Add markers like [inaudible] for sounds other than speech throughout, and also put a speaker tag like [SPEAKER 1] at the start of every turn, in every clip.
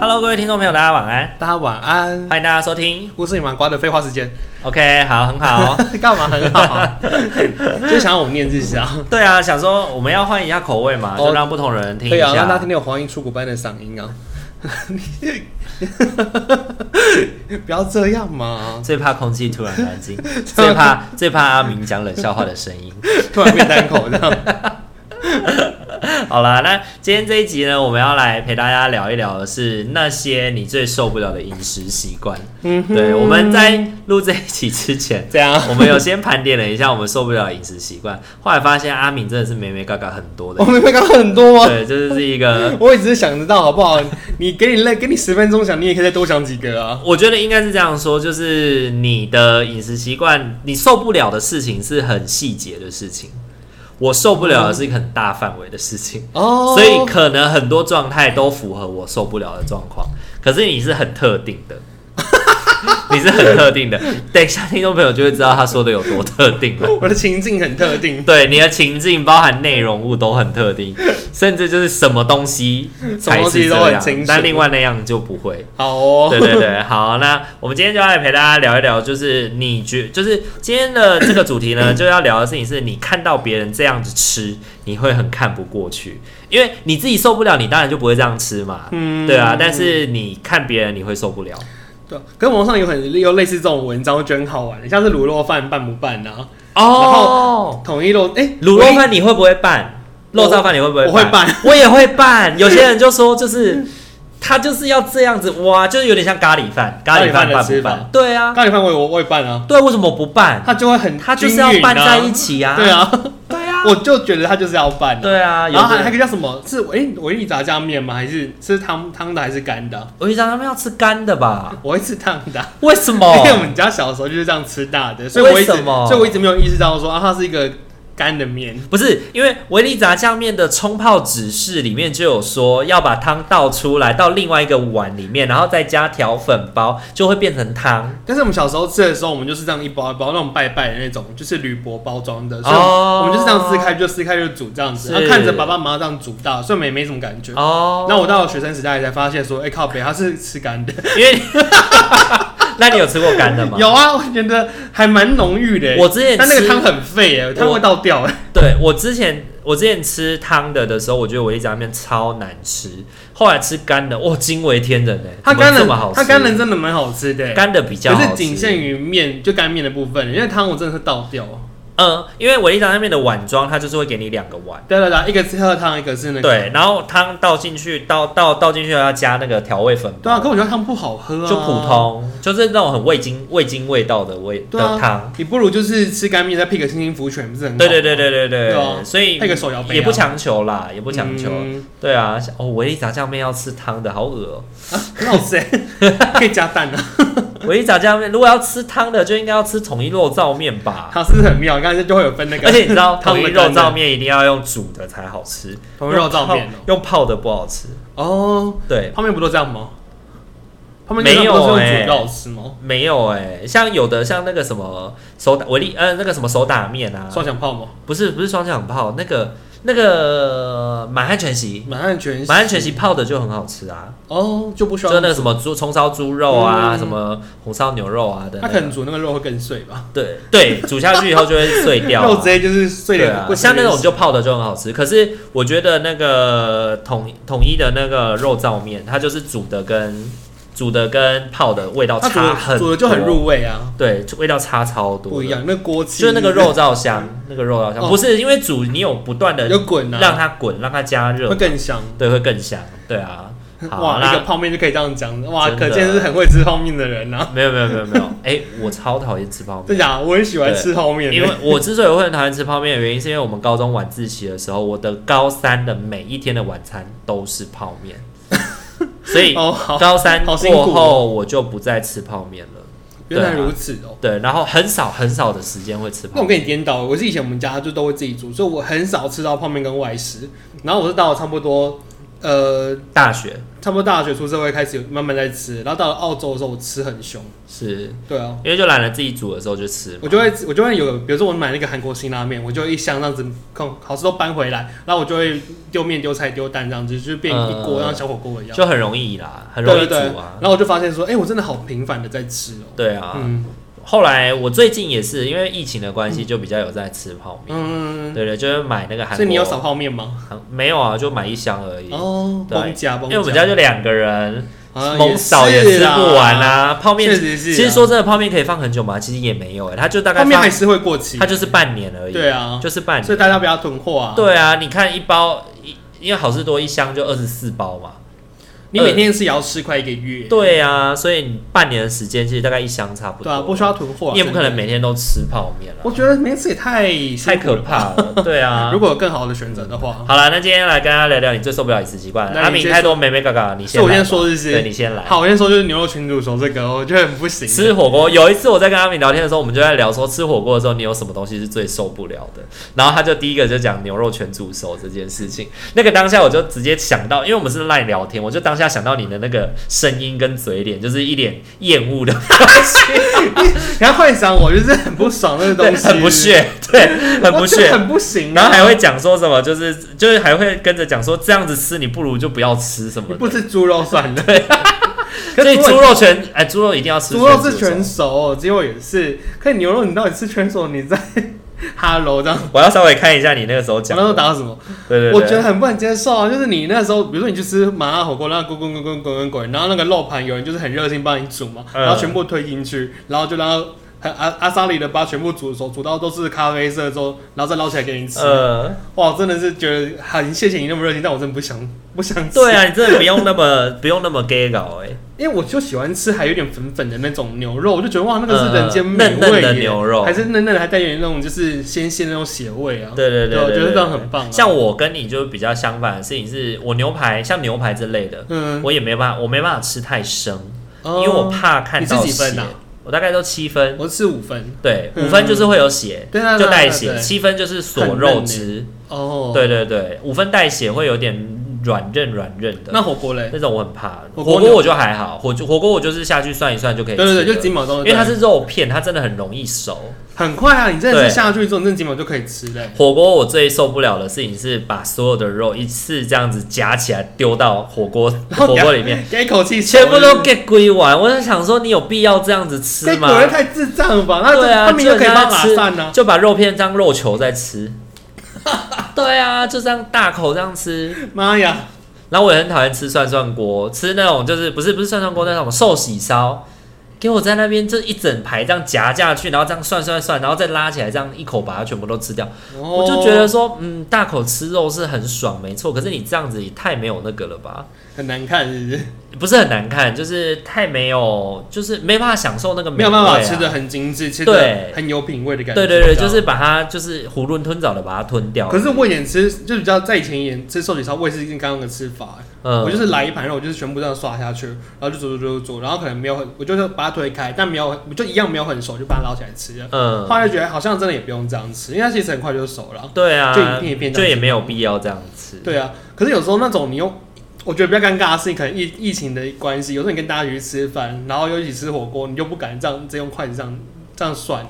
[SPEAKER 1] Hello，各位听众朋友，大家晚安，
[SPEAKER 2] 大家晚安，
[SPEAKER 1] 欢迎大家收听。
[SPEAKER 2] 巫师与麻瓜的废话时间。 [laughs]
[SPEAKER 1] OK，好，很好。哦
[SPEAKER 2] 干嘛很好
[SPEAKER 1] [laughs]
[SPEAKER 2] 啊？就想要我们念日子啊。
[SPEAKER 1] 对啊，想说我们要换一下口味嘛，
[SPEAKER 2] 哦
[SPEAKER 1] 就让不同人听一
[SPEAKER 2] 对啊，
[SPEAKER 1] 下。
[SPEAKER 2] 让大家听听我黄莺出谷般的嗓音啊。 [laughs] 不要这样嘛！
[SPEAKER 1] 最怕空气突然安
[SPEAKER 2] [laughs]
[SPEAKER 1] 静，最怕最怕阿明讲冷笑话的声音。
[SPEAKER 2] 突然变单口这样。
[SPEAKER 1] 好啦，那今天这一集呢，我们要来陪大家聊一聊的是那些你最受不了的饮食习惯。
[SPEAKER 2] 嗯哼
[SPEAKER 1] 对，我们在录 [laughs] 这一集之前，
[SPEAKER 2] [laughs] 这样
[SPEAKER 1] 我们有先盘点了一下我们受不了的饮食习惯，后来发现阿敏真的是美美嘎嘎很多的
[SPEAKER 2] 我，们没看到很多吗？
[SPEAKER 1] 对，这就是一个
[SPEAKER 2] 我也只是想得到，好不好？你给你累，给你十分钟想，你也可以再多想几个啊。
[SPEAKER 1] 我觉得应该是这样说，就是你的饮食习惯，你受不了的事情是很细节的事情，我受不了的是一个很大范围的事情，
[SPEAKER 2] 哦，
[SPEAKER 1] 所以可能很多状态都符合我受不了的状况，可是你是很特定的。 [laughs] 你是很特定的，等一下听众朋友就会知道他说的有多特定了。
[SPEAKER 2] 我的情境很特定。
[SPEAKER 1] 对，你的情境包含内容物都很特定，甚至就是什么东西
[SPEAKER 2] 什么
[SPEAKER 1] 才
[SPEAKER 2] 东西
[SPEAKER 1] 是
[SPEAKER 2] 都
[SPEAKER 1] 这
[SPEAKER 2] 很
[SPEAKER 1] 样
[SPEAKER 2] 清，
[SPEAKER 1] 但
[SPEAKER 2] 楚
[SPEAKER 1] 另外那样就不会。
[SPEAKER 2] 好哦，
[SPEAKER 1] 对对对，好，那我们今天就要来陪大家聊一聊，就是你觉， [coughs] 就是今天的这个主题呢，就要聊的事情是你看到别人这样子吃，你会很看不过去，因为你自己受不了，你当然就不会这样吃嘛，
[SPEAKER 2] 嗯
[SPEAKER 1] 对啊，但是你看别人，你会受不了。
[SPEAKER 2] 对，啊跟网上有很有类似这种文章，我觉得很好玩。像是卤肉饭拌不拌啊？
[SPEAKER 1] 哦，
[SPEAKER 2] 统一肉，哎、
[SPEAKER 1] 卤肉
[SPEAKER 2] 唯一
[SPEAKER 1] 饭你会不会拌？
[SPEAKER 2] 我
[SPEAKER 1] 肉燥饭你会不会？
[SPEAKER 2] 我会拌，
[SPEAKER 1] [laughs] 我也会拌。有些人就说就是。他就是要这样子哇，就是有点像咖喱饭，咖喱
[SPEAKER 2] 喱饭
[SPEAKER 1] 饭
[SPEAKER 2] 的
[SPEAKER 1] 拌不
[SPEAKER 2] 吃法
[SPEAKER 1] 拌？对啊，
[SPEAKER 2] 咖喱饭我也我会拌啊，
[SPEAKER 1] 对，为什么不拌？
[SPEAKER 2] 它就会很、
[SPEAKER 1] 它就是要拌在一、起啊。
[SPEAKER 2] 对，啊， [laughs]
[SPEAKER 1] 对啊，
[SPEAKER 2] 我就觉得它就是要拌、啊。
[SPEAKER 1] 对啊，有
[SPEAKER 2] 然后还还有
[SPEAKER 1] 的
[SPEAKER 2] 一个叫什么？是哎、维力炸酱面吗？还是是汤汤的还是干的啊？
[SPEAKER 1] 我就想他们要吃干的吧？
[SPEAKER 2] 我会吃汤的啊、
[SPEAKER 1] 为
[SPEAKER 2] [laughs]
[SPEAKER 1] 什
[SPEAKER 2] 因 [laughs] 为我
[SPEAKER 1] 么？
[SPEAKER 2] 们家小时候就是这样吃大的，所以我一直，
[SPEAKER 1] 哦为什么
[SPEAKER 2] 所以我一直没有意识到说啊，它是一个干的面。
[SPEAKER 1] [laughs] 不是因为维力炸酱面的冲泡指示里面就有说要把汤倒出来到另外一个碗里面，然后再加调粉包，就会变成汤。
[SPEAKER 2] [laughs] 但是我们小时候吃的时候，我们就是这样一包一包那种拜拜的那种，就是铝箔包装的，所以
[SPEAKER 1] 哦
[SPEAKER 2] 我们就是这样撕开就撕开就煮这样子，
[SPEAKER 1] 是
[SPEAKER 2] 然后看着爸爸妈妈这样煮大，所以没没什么感觉。
[SPEAKER 1] 哦，
[SPEAKER 2] 那我到了学生时代才发现说，哎、靠北，它是吃干
[SPEAKER 1] [laughs]
[SPEAKER 2] 的。
[SPEAKER 1] 因为那你有吃过干的吗？
[SPEAKER 2] [laughs] 有啊，我觉得还蛮浓郁的、欸
[SPEAKER 1] 我之前
[SPEAKER 2] 但那
[SPEAKER 1] 吃
[SPEAKER 2] 个汤很沸哎、汤会倒掉哎、
[SPEAKER 1] 对我之前我之前吃汤的的时候，我觉得维力炸酱面超难吃，后来吃干的，哇，惊为天人哎、欸！
[SPEAKER 2] 它干人
[SPEAKER 1] 怎么这么好吃，
[SPEAKER 2] 它干人真的蛮好吃的、欸，
[SPEAKER 1] 干的比较
[SPEAKER 2] 可
[SPEAKER 1] 好吃，
[SPEAKER 2] 是仅限于面就干面的部分，因为汤我真的是倒掉。
[SPEAKER 1] 嗯，因为维力炸酱面的碗装，它就是会给你两个碗，
[SPEAKER 2] 对对对，一个是喝汤，一个是那个。
[SPEAKER 1] 对，然后汤倒进去，倒倒倒进去要加那个调味粉嘛，
[SPEAKER 2] 对啊，可我觉得汤不好喝啊，
[SPEAKER 1] 就普通，就是那种很味精味精味道的味
[SPEAKER 2] 对啊
[SPEAKER 1] 的汤。
[SPEAKER 2] 你不如就是吃干面再配个清心福犬，不是很好？
[SPEAKER 1] 对对对对对对，
[SPEAKER 2] 对啊
[SPEAKER 1] 所以
[SPEAKER 2] 配个手摇杯啊
[SPEAKER 1] 也不强求啦，也不强求。
[SPEAKER 2] 嗯
[SPEAKER 1] 对啊，像哦，维力炸酱面要吃汤的，好恶哦、
[SPEAKER 2] 很好吃欸，可以加蛋啊。
[SPEAKER 1] 维力炸酱面如果要吃汤的，就应该要吃统一肉燥面吧。
[SPEAKER 2] 它是很妙，刚才就会有分那个，
[SPEAKER 1] 而且你知道，
[SPEAKER 2] [laughs] 汤
[SPEAKER 1] 统一
[SPEAKER 2] 的
[SPEAKER 1] 肉
[SPEAKER 2] 干的
[SPEAKER 1] 燥面一定要用煮的才好吃，
[SPEAKER 2] 统一肉燥面哦
[SPEAKER 1] 用泡的不好吃。
[SPEAKER 2] 哦，
[SPEAKER 1] 对，
[SPEAKER 2] 泡面不都这样吗？泡面
[SPEAKER 1] 没有
[SPEAKER 2] 不都是用
[SPEAKER 1] 欸
[SPEAKER 2] 煮肉吃吗？
[SPEAKER 1] 没有哎、像有的像那个什么手打维力，呃，那个什么手打面啊，
[SPEAKER 2] 双响泡吗？
[SPEAKER 1] 不是不是双响炮，那个那个满汉全席，
[SPEAKER 2] 满汉全
[SPEAKER 1] 满汉全席泡的就很好吃啊，
[SPEAKER 2] 哦，就不需
[SPEAKER 1] 就
[SPEAKER 2] 要
[SPEAKER 1] 那个什么猪葱烧猪肉啊，
[SPEAKER 2] 嗯
[SPEAKER 1] 什么红烧牛肉啊的、
[SPEAKER 2] 它可能煮那个肉会更碎吧，
[SPEAKER 1] 对对，煮下去以后就会碎掉、
[SPEAKER 2] [laughs] 肉直
[SPEAKER 1] 啊。
[SPEAKER 2] 接就是碎
[SPEAKER 1] 对
[SPEAKER 2] 的，
[SPEAKER 1] 啊
[SPEAKER 2] 不，
[SPEAKER 1] 像那种就泡的就很好吃，可是我觉得那个统统一的那个肉燥面，它就是煮的跟煮的跟泡的味道
[SPEAKER 2] 它煮
[SPEAKER 1] 差很
[SPEAKER 2] 的煮的就很
[SPEAKER 1] 多，
[SPEAKER 2] 入味啊，
[SPEAKER 1] 对，味道差超多的，
[SPEAKER 2] 不一样，那锅气
[SPEAKER 1] 就是那个肉燥香，那个肉燥香，
[SPEAKER 2] 哦
[SPEAKER 1] 不是因为煮你有不断的
[SPEAKER 2] 有滚啊，
[SPEAKER 1] 让它滚，让它加
[SPEAKER 2] 会
[SPEAKER 1] 热，
[SPEAKER 2] 更香。
[SPEAKER 1] 对，会更香，对啊。好，
[SPEAKER 2] 哇，那个
[SPEAKER 1] 那
[SPEAKER 2] 泡面就可以这样讲，哇，
[SPEAKER 1] 真的
[SPEAKER 2] 可见是很会吃泡面的人啊。
[SPEAKER 1] 没有没有没有没有， [laughs] 哎，我超讨厌吃泡
[SPEAKER 2] 真
[SPEAKER 1] 面。
[SPEAKER 2] 假？我很喜欢吃泡面的，
[SPEAKER 1] 因为我之所以会很讨厌吃泡面的原因，是因为我们高
[SPEAKER 2] [laughs]
[SPEAKER 1] 中晚自习的时候，我的高三的每一天的晚餐都是泡面，所以
[SPEAKER 2] 哦，好，
[SPEAKER 1] [laughs] 高三
[SPEAKER 2] 好辛苦哦
[SPEAKER 1] 过后我就不再吃泡面了。
[SPEAKER 2] 原来如此哦。
[SPEAKER 1] 对，然后很少很少的时间会吃
[SPEAKER 2] 那
[SPEAKER 1] 泡
[SPEAKER 2] 我跟
[SPEAKER 1] 面。
[SPEAKER 2] 你颠倒，我是以前我们家就都会自己煮，所以我很少吃到泡面跟外食。然后我是到了差不多，呃，
[SPEAKER 1] 大学
[SPEAKER 2] 差不多大学出社会开始有慢慢在吃，然后到了澳洲的时候我吃很凶，
[SPEAKER 1] 是
[SPEAKER 2] 对啊，
[SPEAKER 1] 因为就懒得自己煮的时候就吃嘛
[SPEAKER 2] 我就会我就会有，比如说我买那个韩国辛拉面，我就一箱这样子，空好吃都搬回来，然后我就会丢面、丢菜、丢蛋这样子，就是变一锅，
[SPEAKER 1] 嗯
[SPEAKER 2] 像小火锅一样，
[SPEAKER 1] 就很容易啦，很容
[SPEAKER 2] 对
[SPEAKER 1] 易煮
[SPEAKER 2] 对对。
[SPEAKER 1] 啊
[SPEAKER 2] 然。后我就发现说，哎、我真的好频繁的在吃哦、
[SPEAKER 1] 对啊，
[SPEAKER 2] 嗯
[SPEAKER 1] 后来我最近也是因为疫情的关系，就比较有在吃泡面。
[SPEAKER 2] 嗯，
[SPEAKER 1] 对对，就是买那个韩国。
[SPEAKER 2] 所以你有少泡面吗？
[SPEAKER 1] 韩没有啊，就买一箱而已。
[SPEAKER 2] 哦，
[SPEAKER 1] 对
[SPEAKER 2] 崩夹崩
[SPEAKER 1] 因
[SPEAKER 2] 夹，
[SPEAKER 1] 为我们家就两个人，
[SPEAKER 2] 啊
[SPEAKER 1] 猛扫也吃不完，啊。泡面
[SPEAKER 2] 确实是啊
[SPEAKER 1] 其实说真的，泡面可以放很久嘛，其实也没有哎、它就大
[SPEAKER 2] 也
[SPEAKER 1] 概
[SPEAKER 2] 啦泡面
[SPEAKER 1] 放
[SPEAKER 2] 还，是会过期
[SPEAKER 1] 它，就是半年而已。
[SPEAKER 2] 对啊，
[SPEAKER 1] 就是半
[SPEAKER 2] 所以
[SPEAKER 1] 年。
[SPEAKER 2] 大家不要囤货啊。，
[SPEAKER 1] 对啊，你看一包一，因为好事多一箱就二十四包嘛。
[SPEAKER 2] 你每天是也要吃快一个月，
[SPEAKER 1] 对啊，所以你半年的时间其实大概一箱差不多。
[SPEAKER 2] 对啊，不需要囤货啊，
[SPEAKER 1] 你也不可能
[SPEAKER 2] 真
[SPEAKER 1] 每
[SPEAKER 2] 的。
[SPEAKER 1] 天都吃泡面啊，
[SPEAKER 2] 我觉得每次也太
[SPEAKER 1] 太
[SPEAKER 2] 辛苦
[SPEAKER 1] 可
[SPEAKER 2] 了吧
[SPEAKER 1] 怕了。对
[SPEAKER 2] [laughs]
[SPEAKER 1] 啊
[SPEAKER 2] 如。果有更好的选择的话，
[SPEAKER 1] 好了，那今天来跟大家聊聊你最受不了饮食习惯。
[SPEAKER 2] 那你
[SPEAKER 1] 阿敏
[SPEAKER 2] 先
[SPEAKER 1] 太多妹妹嘎嘎，你
[SPEAKER 2] 所
[SPEAKER 1] 先
[SPEAKER 2] 以
[SPEAKER 1] 来吧。
[SPEAKER 2] 我先说就是
[SPEAKER 1] 对你先来。
[SPEAKER 2] 好，我先说就是牛肉群主说这个，我觉得很不行。
[SPEAKER 1] 吃火锅，有一次我在跟阿明聊天的时候，我们就在聊说吃火锅的时候你有什么东西是最受不了的。然后他就第一个就讲牛肉全煮熟这件事情。那个当下我就直接想到，因为我们是赖聊天，我就当下想到你的那个声音跟嘴脸，就是一脸厌恶的 [laughs] 表情，
[SPEAKER 2] 然后幻想我就是很不爽那个
[SPEAKER 1] 对
[SPEAKER 2] 东西，
[SPEAKER 1] 很不屑，对，很不
[SPEAKER 2] 我真的
[SPEAKER 1] 屑。
[SPEAKER 2] 很不行啊。
[SPEAKER 1] 然后还会讲说什么，就是就是还会跟着讲说这样子吃你不如就不要吃什么
[SPEAKER 2] 你
[SPEAKER 1] 的。
[SPEAKER 2] 不吃猪肉算了。可
[SPEAKER 1] 所以
[SPEAKER 2] 是
[SPEAKER 1] 猪肉全哎，猪肉一定要吃
[SPEAKER 2] 猪肉是
[SPEAKER 1] 煮熟
[SPEAKER 2] 全熟，鸡肉也是。可是牛肉你到底吃全熟？你在 Hello 这样，
[SPEAKER 1] 我要稍微看一下你那个时候
[SPEAKER 2] 我
[SPEAKER 1] 讲
[SPEAKER 2] 那
[SPEAKER 1] 的，
[SPEAKER 2] 时候打到什么？
[SPEAKER 1] 对对对，
[SPEAKER 2] 我觉得很不能接受啊！就是你那时候，比如说你去吃麻辣火锅，那滚滚滚滚滚滚滚，然后那个肉盘有人就是很热心帮你煮嘛，
[SPEAKER 1] 嗯
[SPEAKER 2] 然后全部推进去，然后就让它很阿阿萨里的把它全部煮熟，煮到都是咖啡色之后，然后再捞起来给你吃。
[SPEAKER 1] 呃。
[SPEAKER 2] 哇，真的是觉得很谢谢你那么热情，但我真的不想不想吃。
[SPEAKER 1] 对，啊，你真的不用那么不用那么 gay 搞哎、
[SPEAKER 2] 因为我就喜欢吃还有点粉粉的那种牛肉，我就觉得哇，那个是人间
[SPEAKER 1] 嗯
[SPEAKER 2] 美味耶、
[SPEAKER 1] 嫩嫩的牛肉
[SPEAKER 2] 还是嫩嫩的，还带点那种就是鲜鲜的那种血味啊。
[SPEAKER 1] 对对
[SPEAKER 2] 对我
[SPEAKER 1] 对
[SPEAKER 2] 觉得
[SPEAKER 1] 对
[SPEAKER 2] 这样很棒啊
[SPEAKER 1] 像我跟你就比较相反的事情是，我牛排像牛排之类的，
[SPEAKER 2] 嗯，
[SPEAKER 1] 我也没办法，我没办法吃太生，
[SPEAKER 2] 哦
[SPEAKER 1] 因为我怕看到
[SPEAKER 2] 你是几分
[SPEAKER 1] 血
[SPEAKER 2] 啊
[SPEAKER 1] 我大概都七分，
[SPEAKER 2] 我吃五分，
[SPEAKER 1] 对，
[SPEAKER 2] 嗯
[SPEAKER 1] 五分就是会有血，
[SPEAKER 2] 对啊对啊
[SPEAKER 1] 就带
[SPEAKER 2] 对啊
[SPEAKER 1] 血，
[SPEAKER 2] 对啊
[SPEAKER 1] 七分就是锁
[SPEAKER 2] 很嫩
[SPEAKER 1] 肉
[SPEAKER 2] 欸
[SPEAKER 1] 汁，
[SPEAKER 2] 哦，
[SPEAKER 1] 对对对，五分带血会有点软韧软韧的。
[SPEAKER 2] 那火锅嘞？
[SPEAKER 1] 那种我很怕，
[SPEAKER 2] 火
[SPEAKER 1] 火
[SPEAKER 2] 锅
[SPEAKER 1] 锅我就还好，火火锅我就是下去涮一涮就可以
[SPEAKER 2] 对
[SPEAKER 1] 吃
[SPEAKER 2] 对
[SPEAKER 1] 了，
[SPEAKER 2] 对，就几秒钟，
[SPEAKER 1] 因为它是肉片，它真的很容易熟。
[SPEAKER 2] 很快啊！你真的
[SPEAKER 1] 对
[SPEAKER 2] 是下去之后，你真的几秒就可以吃嘞。
[SPEAKER 1] 火锅我最受不了的事情是把所有的肉一次这样子夹起来丢到火锅
[SPEAKER 2] 然后
[SPEAKER 1] [laughs] 火
[SPEAKER 2] 你还
[SPEAKER 1] 锅里面，
[SPEAKER 2] 给一口气吃，
[SPEAKER 1] 全部都给归完。我在想说，你有必要这样子吃
[SPEAKER 2] 这
[SPEAKER 1] 吗？
[SPEAKER 2] 哎果然太智障了吧？那
[SPEAKER 1] 对啊，
[SPEAKER 2] 他们就可以帮拉
[SPEAKER 1] 就
[SPEAKER 2] 散
[SPEAKER 1] 人
[SPEAKER 2] 呢
[SPEAKER 1] 家吃，。就把肉片当肉球在
[SPEAKER 2] [laughs]
[SPEAKER 1] 吃。对啊，就这样大口这样吃。
[SPEAKER 2] 妈呀！
[SPEAKER 1] 然后我也很讨厌吃涮涮锅，吃那种就是不是不是涮涮锅那种寿喜烧，给我在那边这一整排这样夹下去，然后这样涮涮涮，然后再拉起来，这样一口把它全部都吃掉。我
[SPEAKER 2] 我
[SPEAKER 1] 就觉得说，嗯，大口吃肉是很爽，没错。可是你这样子也太没有那个了吧？
[SPEAKER 2] 很难看，是不是？
[SPEAKER 1] 不是很难看，就是太没有，就是没办法享受那个
[SPEAKER 2] 没
[SPEAKER 1] 美
[SPEAKER 2] 有
[SPEAKER 1] 味、啊，
[SPEAKER 2] 办法吃的。很精致，吃的
[SPEAKER 1] 对
[SPEAKER 2] 很有品味的感觉。
[SPEAKER 1] 对对对，
[SPEAKER 2] 这
[SPEAKER 1] 就
[SPEAKER 2] 样
[SPEAKER 1] 是。把它就是囫囵吞枣的把它吞掉。
[SPEAKER 2] 可是我以前吃，就是比较在以前以前吃寿喜烧，我也是跟刚刚的吃法。欸
[SPEAKER 1] 嗯，
[SPEAKER 2] 我就是来一盘肉，我就是全部这样刷下去，然后就煮煮煮煮，然后可能没有很，我就是把它推开，但没有很，我就一样没有很熟，就把它捞起来吃了。
[SPEAKER 1] 嗯，
[SPEAKER 2] 后来就觉得好像真的也不用这样吃，因为它其实很快就熟了。
[SPEAKER 1] 对啊，
[SPEAKER 2] 就一片一片这样吃
[SPEAKER 1] 就也没有必要这样吃。
[SPEAKER 2] 对啊，可是有时候那种你又，我觉得比较尴尬的是，可能疫疫情的关系，有时候你跟大家一起吃饭，然后又一起吃火锅，你就不敢这样直接用筷子这样这样涮，欸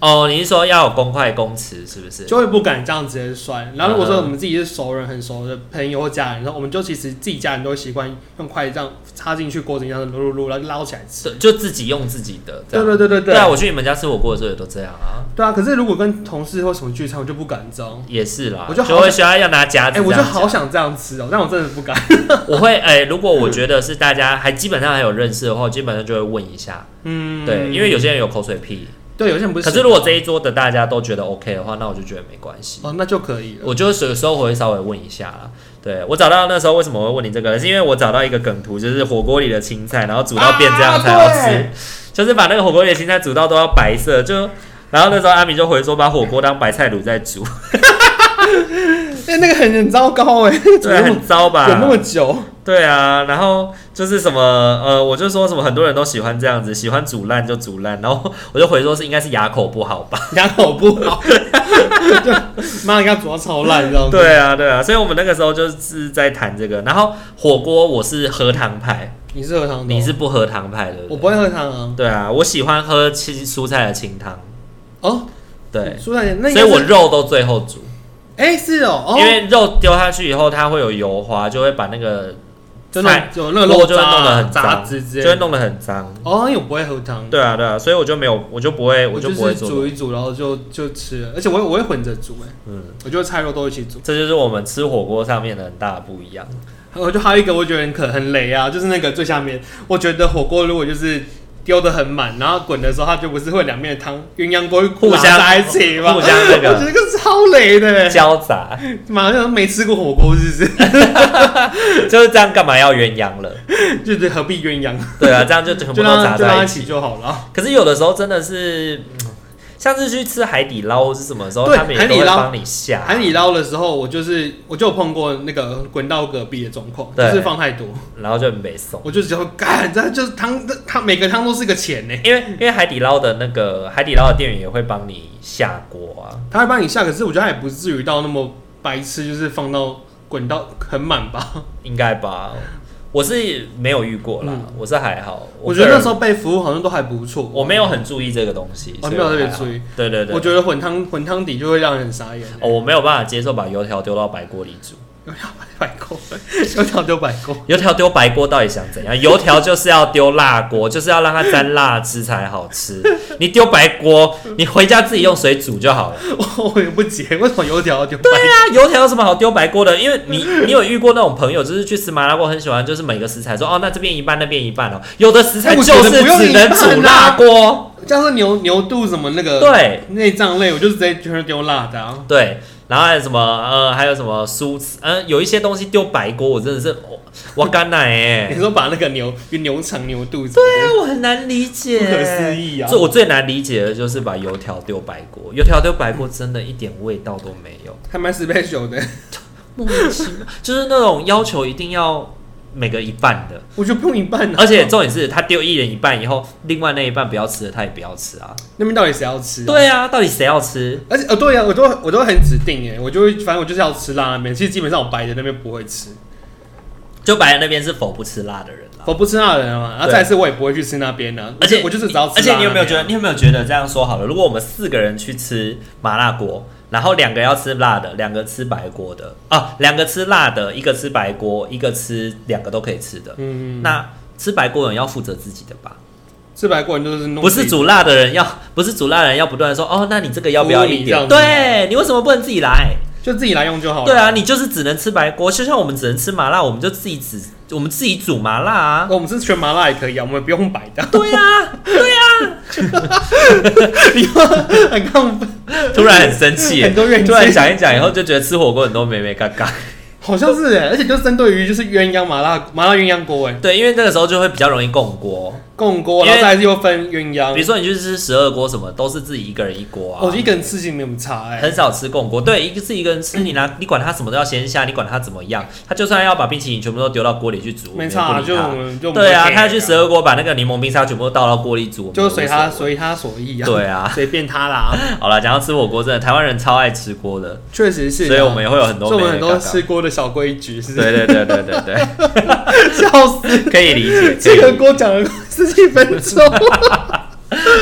[SPEAKER 1] 哦，你是说要有公筷公匙是不是？
[SPEAKER 2] 就会不敢这样直接涮。然后如果
[SPEAKER 1] 嗯
[SPEAKER 2] 说
[SPEAKER 1] 嗯
[SPEAKER 2] 我们自己是熟人、很熟的朋友或家人，然后我们就其实自己家人都会习惯用筷子这样插进去锅子里，这样撸撸撸，然后就捞起来吃。
[SPEAKER 1] 就就自己用自己的。
[SPEAKER 2] 对
[SPEAKER 1] 这样
[SPEAKER 2] 对对对
[SPEAKER 1] 对啊，我去你们家吃火锅的时候也都这样啊，
[SPEAKER 2] 对啊！可是如果跟同事或什么聚餐，我就不敢这样。
[SPEAKER 1] 也是啦，
[SPEAKER 2] 我就好
[SPEAKER 1] 会需要要拿夹
[SPEAKER 2] 哎、
[SPEAKER 1] 子这样
[SPEAKER 2] 我
[SPEAKER 1] 夹。
[SPEAKER 2] 就好想这样吃哦、但我真的不敢。
[SPEAKER 1] 我会哎、如果我觉得是大家还基本上还有认识的话，我基本上就会问一下，
[SPEAKER 2] 嗯，
[SPEAKER 1] 对，因为有些人有口水屁，
[SPEAKER 2] 对有些人不是
[SPEAKER 1] 可
[SPEAKER 2] 喜欢。
[SPEAKER 1] 是如果这一桌的大家都觉得 OK 的话，那我就觉得没关系。
[SPEAKER 2] 哦，那就可以了。
[SPEAKER 1] 我就是有时候我会稍微问一下啦，对我找到那时候为什么会问你这个，是因为我找到一个梗图，就是火锅里的青菜，然后煮到变这样才要
[SPEAKER 2] 啊
[SPEAKER 1] 吃，
[SPEAKER 2] 对
[SPEAKER 1] 就是把那个火锅里的青菜煮到都要白色，就然后那时候阿米就回说把火锅当白菜卤在
[SPEAKER 2] [laughs]
[SPEAKER 1] 煮，
[SPEAKER 2] 哎、那个很很糟糕哎、怎
[SPEAKER 1] 对，
[SPEAKER 2] 么那么
[SPEAKER 1] 很糟吧？
[SPEAKER 2] 有那么久？
[SPEAKER 1] 对啊，然后就是什么呃，我就说什么很多人都喜欢这样子，喜欢煮烂就煮烂，然后我就回说是应该是牙口不好吧？
[SPEAKER 2] 牙口不好，就妈人家煮到超烂，你知道吗？
[SPEAKER 1] 对啊，对啊，所以我们那个时候就是在谈这个，然后火锅我是喝汤派，
[SPEAKER 2] 你是喝汤的，
[SPEAKER 1] 你是不喝汤派的，
[SPEAKER 2] 哦我不会喝汤啊。
[SPEAKER 1] 对啊，我喜欢喝清蔬菜的清汤，
[SPEAKER 2] 哦，
[SPEAKER 1] 对，
[SPEAKER 2] 苏大姐，那应
[SPEAKER 1] 所
[SPEAKER 2] 该
[SPEAKER 1] 以
[SPEAKER 2] 是
[SPEAKER 1] 我肉都最后煮，
[SPEAKER 2] 哎是哦，哦
[SPEAKER 1] 因为肉丢下去以后它会有油花，就会把那个
[SPEAKER 2] 就那
[SPEAKER 1] 菜
[SPEAKER 2] 种有那个
[SPEAKER 1] 肉
[SPEAKER 2] 肉
[SPEAKER 1] 就会
[SPEAKER 2] 渣
[SPEAKER 1] 弄得很
[SPEAKER 2] 啊、
[SPEAKER 1] 脏，
[SPEAKER 2] 杂质之
[SPEAKER 1] 就
[SPEAKER 2] 类
[SPEAKER 1] 会
[SPEAKER 2] 的。
[SPEAKER 1] 弄得很脏。
[SPEAKER 2] 哦，因为我不会喝汤，
[SPEAKER 1] 对啊，对啊，所以我就没有，我就不会，我就
[SPEAKER 2] 就
[SPEAKER 1] 不会
[SPEAKER 2] 是
[SPEAKER 1] 做。
[SPEAKER 2] [laughs] 煮一煮，然后就就吃了，而且我会我会混着煮，哎，
[SPEAKER 1] 嗯，
[SPEAKER 2] 我觉得菜肉都一起煮。
[SPEAKER 1] 这就是我们吃火锅上面的很大的不一样。 [laughs]
[SPEAKER 2] 我就还有一个我觉得很可很雷啊，就是那个最下面，我觉得火锅如果就是。丢的很满，然后滚的时候，它就不是会两面的汤鸳鸯锅
[SPEAKER 1] 互相
[SPEAKER 2] 拉在一起吗？
[SPEAKER 1] 互相那个
[SPEAKER 2] [laughs] 我觉得这个超雷的，哎
[SPEAKER 1] 交杂
[SPEAKER 2] 马上没吃过火锅，是不是？
[SPEAKER 1] 就是这样，干嘛要鸳鸯了？
[SPEAKER 2] 就是何必鸳鸯？
[SPEAKER 1] 对啊，这样就全部
[SPEAKER 2] 就
[SPEAKER 1] 都
[SPEAKER 2] 让
[SPEAKER 1] 杂
[SPEAKER 2] 它就让
[SPEAKER 1] 在
[SPEAKER 2] 它
[SPEAKER 1] 一
[SPEAKER 2] 一
[SPEAKER 1] 起。
[SPEAKER 2] 起就好了。
[SPEAKER 1] 可是有的时候真的是，嗯像是去吃海底捞或是什么时候，
[SPEAKER 2] 对
[SPEAKER 1] 他们也
[SPEAKER 2] 海
[SPEAKER 1] 都
[SPEAKER 2] 底
[SPEAKER 1] 会
[SPEAKER 2] 捞
[SPEAKER 1] 帮你下
[SPEAKER 2] 海底，捞的时候，我就是我就有碰过那个滚到隔壁的状况，就
[SPEAKER 1] 对
[SPEAKER 2] 是放太多，
[SPEAKER 1] 然后就很没送。
[SPEAKER 2] 我就只会干，这就是汤，这汤每个汤都是个钱呢。
[SPEAKER 1] 因为因为海底捞的那个海底捞的店员也会帮你下锅啊，
[SPEAKER 2] 他会帮你下，可是我觉得他也不至于到那么白痴，就是放到滚到很满吧。
[SPEAKER 1] 应该吧？我是没有遇过啦，
[SPEAKER 2] 嗯
[SPEAKER 1] 我是还好。
[SPEAKER 2] 我觉得那时
[SPEAKER 1] 候
[SPEAKER 2] 候被服务好像都还不错。
[SPEAKER 1] 我没有很注意这个东西，
[SPEAKER 2] 我
[SPEAKER 1] 所
[SPEAKER 2] 哦
[SPEAKER 1] 以
[SPEAKER 2] 没有特别
[SPEAKER 1] 还好
[SPEAKER 2] 注意。
[SPEAKER 1] 对对对，
[SPEAKER 2] 我觉得混汤混汤底就会让人很傻眼，
[SPEAKER 1] 哦，我没有办法接受把油条丢到白锅里煮。
[SPEAKER 2] 百过，有条就百过。
[SPEAKER 1] 油条丢白锅到底想怎样？油条就是要丢辣锅，就是要让它沾辣汁才好吃。你丢白锅，你回家自己用水煮就好了。
[SPEAKER 2] [laughs] 我我也不解为什么油条就白
[SPEAKER 1] 对啊，油条有什么好丢白锅的？因为
[SPEAKER 2] [laughs]
[SPEAKER 1] 你你有遇过那种朋友，就是去吃麻辣锅，很喜欢就是每个食材说哦，那这边一半，那边一半哦。有的食材
[SPEAKER 2] 哎
[SPEAKER 1] 就
[SPEAKER 2] 我觉得
[SPEAKER 1] 是
[SPEAKER 2] 不用
[SPEAKER 1] 只能
[SPEAKER 2] 一半啊
[SPEAKER 1] 煮辣锅。
[SPEAKER 2] 像是牛牛肚什么那个
[SPEAKER 1] 对
[SPEAKER 2] 内脏类，我就直接全是丢辣的、啊。
[SPEAKER 1] 对，然后还有什么呃，还有什么蔬菜，呃，有一些东西丢白锅，我真的是我我干奶哎。啊
[SPEAKER 2] 你说把那个牛牛肠、牛肚子，对
[SPEAKER 1] 但我很难理解，
[SPEAKER 2] 不可思议啊
[SPEAKER 1] 最我最难理解的就是把油条丢白锅，油条丢白锅真的一点味道都没有，
[SPEAKER 2] 还蛮 special 的。
[SPEAKER 1] 莫名其妙，就是那种要求一定要每个一半的，
[SPEAKER 2] 我就碰一 [laughs] 半、啊，
[SPEAKER 1] 而且重点是他丢一人一半以后，另外那一半不要吃的他也不要吃啊。
[SPEAKER 2] 那边到底谁要吃、啊？，
[SPEAKER 1] 对啊，到底谁要吃？
[SPEAKER 2] 而且呃，对啊，我都我都很指定哎，我就会反正我就是要吃辣那边。其实基本上我白的那边不会吃，
[SPEAKER 1] 就白人那边是否不吃辣的人啊。
[SPEAKER 2] 我不吃辣的人嘛。然后
[SPEAKER 1] 对
[SPEAKER 2] 再是我也不会去吃那边的、啊，
[SPEAKER 1] 而且
[SPEAKER 2] 我就是只要吃辣
[SPEAKER 1] 而且你有没有觉
[SPEAKER 2] 得？
[SPEAKER 1] 得，你有没有觉得这样说好了？如果我们四个人去吃麻辣锅，然后两个要吃辣的，两个吃白锅的，啊，两个吃辣的，一个吃白锅，一个吃两个都可以吃的，
[SPEAKER 2] 嗯，
[SPEAKER 1] 那吃白锅的人要负责自己的吧？
[SPEAKER 2] 吃白过人就是弄
[SPEAKER 1] 不是煮辣的人要，不是煮辣的人要不断的说，哦，那你这个要不要
[SPEAKER 2] 服务
[SPEAKER 1] 一
[SPEAKER 2] 你这样
[SPEAKER 1] 点？
[SPEAKER 2] 子
[SPEAKER 1] 对你为什么不能自己来？
[SPEAKER 2] 就自己来用就好了。
[SPEAKER 1] 对啊，你就是只能吃白锅，就像我们只能吃麻辣，我们就自己只我们自己煮麻辣啊。
[SPEAKER 2] 哦，我们是全麻辣也可以啊，我们不用白的。
[SPEAKER 1] 对啊，
[SPEAKER 2] 很亢奋，
[SPEAKER 1] 突然很生气耶，
[SPEAKER 2] [laughs] 很多怨气
[SPEAKER 1] 突然讲一讲以后就觉得吃火锅很多美美嘎嘎。
[SPEAKER 2] 好像是哎，而且就是针对于就是鸳鸯麻辣麻辣鸳鸯锅哎，
[SPEAKER 1] 对，因为那个时候就会比较容易共锅。
[SPEAKER 2] 共锅，
[SPEAKER 1] 因为
[SPEAKER 2] 然后再来是又分鸳鸯
[SPEAKER 1] 比如。说你去吃十二锅，什么都是自己一个人一锅啊，
[SPEAKER 2] 我哦一个人吃其实没有差哎、
[SPEAKER 1] 很少吃共锅。对，一个自己一个人吃，你拿你管他什么都要先下，你管他怎么样，他就算要把冰淇淋全部都丢到锅里去煮，
[SPEAKER 2] 没
[SPEAKER 1] 我
[SPEAKER 2] 差、啊
[SPEAKER 1] 们
[SPEAKER 2] 就
[SPEAKER 1] 也
[SPEAKER 2] 我
[SPEAKER 1] 不理
[SPEAKER 2] 们就
[SPEAKER 1] 他。对啊，
[SPEAKER 2] 我们
[SPEAKER 1] 他要去十
[SPEAKER 2] care 啊，
[SPEAKER 1] 二锅把那个柠檬冰沙全部都倒到锅里煮，我们
[SPEAKER 2] 就
[SPEAKER 1] 也
[SPEAKER 2] 随
[SPEAKER 1] 无
[SPEAKER 2] 他
[SPEAKER 1] 所谓。
[SPEAKER 2] 随他所欲啊，
[SPEAKER 1] 对啊，
[SPEAKER 2] 随便他啦，
[SPEAKER 1] 好了，讲到吃火锅，真的台湾人超爱吃锅的，
[SPEAKER 2] [laughs] 确实是啊、
[SPEAKER 1] 所以我们也会有很多
[SPEAKER 2] 所以我们很
[SPEAKER 1] 美美
[SPEAKER 2] 多
[SPEAKER 1] 嘎嘎
[SPEAKER 2] 吃锅的小规矩，是不
[SPEAKER 1] 对
[SPEAKER 2] 是？
[SPEAKER 1] 对对对对对，
[SPEAKER 2] [laughs] 笑死，
[SPEAKER 1] 可以理解。可以
[SPEAKER 2] 这
[SPEAKER 1] 理
[SPEAKER 2] 个
[SPEAKER 1] 解
[SPEAKER 2] 锅讲了十几分
[SPEAKER 1] [laughs]
[SPEAKER 2] 钟，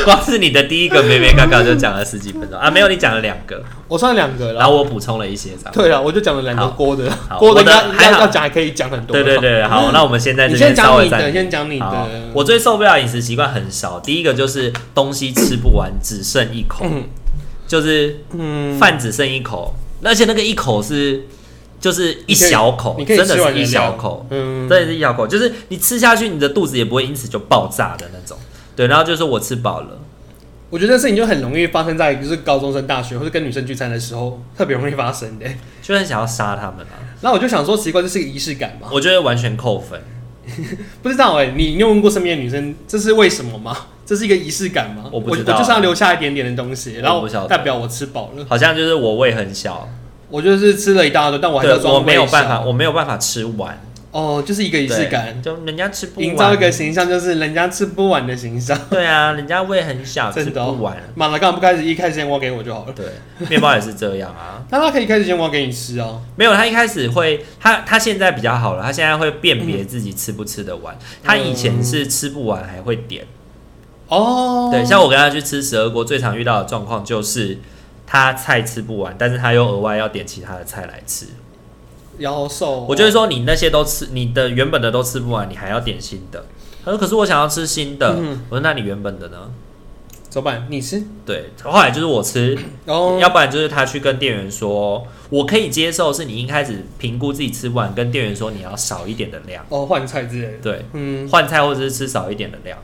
[SPEAKER 1] 光是你的第一个美美嘎嘎就讲了十几分钟啊，没有你讲了两个，
[SPEAKER 2] 我算两个
[SPEAKER 1] 然
[SPEAKER 2] 了。
[SPEAKER 1] 后我补充了一些，这样。
[SPEAKER 2] 对了，我就讲了两个
[SPEAKER 1] 好
[SPEAKER 2] 锅的
[SPEAKER 1] 好，
[SPEAKER 2] 锅的
[SPEAKER 1] 我的
[SPEAKER 2] 要
[SPEAKER 1] 还好
[SPEAKER 2] 要要讲还可以讲很多。
[SPEAKER 1] 对对，对，好，那我们现在这
[SPEAKER 2] 你先
[SPEAKER 1] 边稍
[SPEAKER 2] 讲
[SPEAKER 1] 微
[SPEAKER 2] 你的，
[SPEAKER 1] 暂
[SPEAKER 2] 你
[SPEAKER 1] 停。
[SPEAKER 2] 先讲你
[SPEAKER 1] 好
[SPEAKER 2] 的。
[SPEAKER 1] 我最受不了饮食习惯很少，第一个就是东西吃不完，只剩一口，
[SPEAKER 2] 嗯
[SPEAKER 1] 就是
[SPEAKER 2] 嗯，
[SPEAKER 1] 饭只剩一口，而且那个一口是就是一小口，
[SPEAKER 2] 嗯你可以
[SPEAKER 1] 真的
[SPEAKER 2] 吃完
[SPEAKER 1] 是
[SPEAKER 2] 的
[SPEAKER 1] 一小
[SPEAKER 2] 量
[SPEAKER 1] 口，
[SPEAKER 2] 嗯，
[SPEAKER 1] 真的是一小口，就是你吃下去，你的肚子也不会因此就爆炸的那种。对，然后就是我吃饱了，
[SPEAKER 2] 我觉得这事情就很容易发生在就是高中生、大学或者跟女生聚餐的时候，特别容易发生的。
[SPEAKER 1] 就很想要杀他们啊！
[SPEAKER 2] 然后我就想说，奇怪，这是个仪式感嘛？
[SPEAKER 1] 我觉得完全扣分。
[SPEAKER 2] 不知道哎、你你有问过身边的女生，这是为什么吗？这是一个仪式感吗？我
[SPEAKER 1] 我不知道啊
[SPEAKER 2] 我就是要留下一点点的东西，然
[SPEAKER 1] 我不晓
[SPEAKER 2] 后
[SPEAKER 1] 得
[SPEAKER 2] 代表我吃饱了。
[SPEAKER 1] 好像就是我胃很小，
[SPEAKER 2] 我就是吃了一大堆，但我还
[SPEAKER 1] 对
[SPEAKER 2] 要
[SPEAKER 1] 我
[SPEAKER 2] 装
[SPEAKER 1] 没有办
[SPEAKER 2] 胃
[SPEAKER 1] 法，
[SPEAKER 2] 小。
[SPEAKER 1] 我没有办法吃完。
[SPEAKER 2] 哦，就是一个仪式感，
[SPEAKER 1] 就人家吃不完，
[SPEAKER 2] 营造一个形象，就是人家吃不完的形象。
[SPEAKER 1] 对啊，人家胃很小，吃
[SPEAKER 2] 真的哦
[SPEAKER 1] 不完。
[SPEAKER 2] 马拉干不开始一开始先挖给我就好了，
[SPEAKER 1] 对，面包也是这样啊。
[SPEAKER 2] 那他可以开始先挖给你吃哦。
[SPEAKER 1] 没有，他一开始会，他他现在比较好了，他现在会辨别自己吃不吃得
[SPEAKER 2] 嗯
[SPEAKER 1] 完。他以前是吃不完还会点，
[SPEAKER 2] 哦，
[SPEAKER 1] 对，像我跟他去吃十二锅，最常遇到的状况就是他菜吃不完，但是他又额外要点其他的菜来吃。
[SPEAKER 2] 妖兽，哦
[SPEAKER 1] 我就会说你那些都吃，你的原本的都吃不完，你还要点新的。他说可是我想要吃新的，
[SPEAKER 2] 嗯
[SPEAKER 1] 我说那你原本的呢？
[SPEAKER 2] 怎么办？你吃
[SPEAKER 1] 对，后来就是我吃，
[SPEAKER 2] 哦，
[SPEAKER 1] 要不然就是他去跟店员说，我可以接受，是你一开始评估自己吃不完，跟店员说你要少一点的量，
[SPEAKER 2] 哦换菜之类的，
[SPEAKER 1] 对，
[SPEAKER 2] 嗯，
[SPEAKER 1] 换菜或者是吃少一点的量，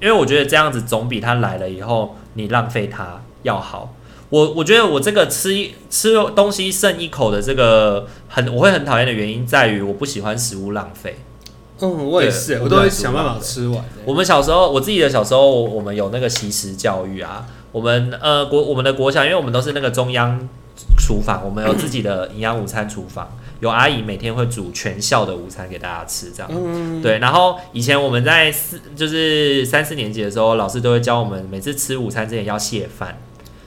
[SPEAKER 1] 因为我觉得这样子总比他来了以后你浪费它要好。我我觉得我这个吃一吃东西剩一口的这个很我会很讨厌的原因在于我不喜欢食物浪费。
[SPEAKER 2] 嗯，我也是，
[SPEAKER 1] 啊对
[SPEAKER 2] 我都会想办法吃完。欸
[SPEAKER 1] 我们小时候，我自己的小时候，我我们有那个习食教育啊。我们呃国我们的国小，因为我们都是那个中央厨房，我们有自己的营养午餐厨房，有阿姨每天会煮全校的午餐给大家吃，这样。
[SPEAKER 2] 嗯，
[SPEAKER 1] 对，然后以前我们在四就是三四年级的时候，老师都会教我们每次吃午餐之前要谢饭，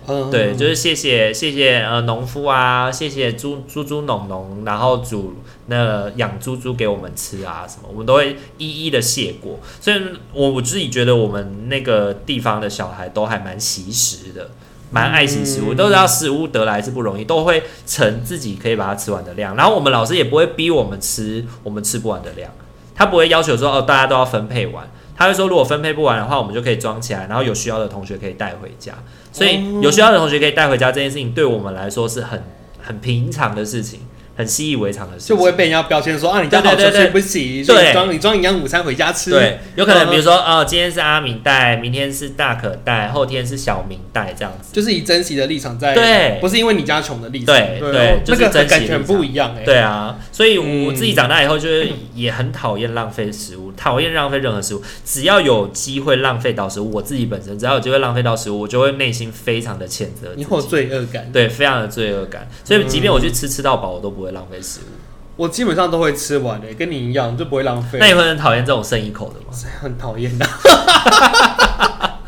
[SPEAKER 2] 嗯，
[SPEAKER 1] 对，就是谢谢谢谢呃农夫啊，谢谢猪猪猪农农，然后煮那个养猪猪给我们吃啊什么，我们都会一一的谢过。所以我我自己觉得我们那个地方的小孩都还蛮惜食的，蛮爱惜食物，
[SPEAKER 2] 嗯
[SPEAKER 1] 都知道食物得来是不容易，都会盛自己可以把它吃完的量。然后我们老师也不会逼我们吃我们吃不完的量，他不会要求说哦大家都要分配完。他会说，如果分配不完的话，我们就可以装起来，然后有需要的同学可以带回家。所
[SPEAKER 2] 哦
[SPEAKER 1] 以有需要的同学可以带回家这件事情，对我们来说是很很平常的事情，很习以为常的事情。
[SPEAKER 2] 就不会被人家标签说啊，你家好
[SPEAKER 1] 对对
[SPEAKER 2] 吃
[SPEAKER 1] 对
[SPEAKER 2] 吃不起，
[SPEAKER 1] 对
[SPEAKER 2] 所以你装你装营养午餐回家吃。
[SPEAKER 1] 对，有可能
[SPEAKER 2] 嗯
[SPEAKER 1] 比如说，哦，今天是阿明带，明天是大可带，后天是小明带这样子。
[SPEAKER 2] 就是以珍惜的立场在，
[SPEAKER 1] 对
[SPEAKER 2] 不是因为你家穷的立场，
[SPEAKER 1] 对
[SPEAKER 2] 对，
[SPEAKER 1] 对
[SPEAKER 2] 哦
[SPEAKER 1] 就是
[SPEAKER 2] 那个
[SPEAKER 1] 珍惜
[SPEAKER 2] 感
[SPEAKER 1] 的
[SPEAKER 2] 觉很
[SPEAKER 1] 立场
[SPEAKER 2] 不一样哎、
[SPEAKER 1] 对啊，所以我
[SPEAKER 2] 嗯
[SPEAKER 1] 自己长大以后，就是也很讨厌浪费食物，讨厌浪费任何食物。只要有机会浪费到食物，我自己本身只要有机会浪费到食物，我就会内心非常的谴责自
[SPEAKER 2] 你会有
[SPEAKER 1] 己，
[SPEAKER 2] 罪恶感。
[SPEAKER 1] 对，非常的罪恶感。所以即便我去吃吃到饱，我都不会浪费食物。
[SPEAKER 2] 我基本上都会吃完的、跟你一样就不会浪费
[SPEAKER 1] 那，你会很讨厌这种剩一口的吗？
[SPEAKER 2] [laughs] 很讨厌的。啊 [laughs]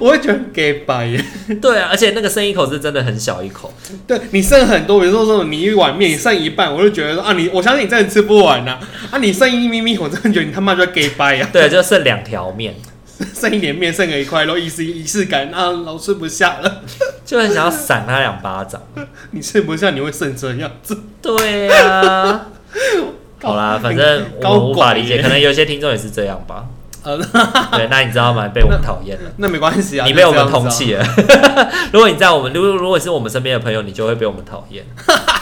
[SPEAKER 2] 我会觉得很 gay 白耶，
[SPEAKER 1] 对啊，而且那个剩一口是真的很小一口，
[SPEAKER 2] 对你剩很多，比如说说你一碗面你剩一半，我就觉得说啊你，我相信你真的吃不完呐、啊，你剩一咪咪，我真的觉得你他妈就 gay 白呀，
[SPEAKER 1] 对，就剩两条面，
[SPEAKER 2] 剩一点面，剩个一块肉，仪式仪式感啊，老吃不下了，
[SPEAKER 1] 就很想要赏他两巴掌。
[SPEAKER 2] 你吃不下你会剩这样子，
[SPEAKER 1] 对
[SPEAKER 2] [laughs]
[SPEAKER 1] 啊，好啦，反正我
[SPEAKER 2] 高
[SPEAKER 1] 们无法
[SPEAKER 2] 管
[SPEAKER 1] 理解，
[SPEAKER 2] 耶
[SPEAKER 1] 可能有些听众也是这样吧。
[SPEAKER 2] 呃，
[SPEAKER 1] 对，那你知道吗？被我们讨厌
[SPEAKER 2] [laughs]
[SPEAKER 1] 了，
[SPEAKER 2] 那没关系啊，
[SPEAKER 1] 你
[SPEAKER 2] 就
[SPEAKER 1] 被我
[SPEAKER 2] 这
[SPEAKER 1] 们
[SPEAKER 2] 样子啊
[SPEAKER 1] 通气了。 [laughs] 如果你在我们，如果如果是我们身边的朋友，你就会被我们讨厌。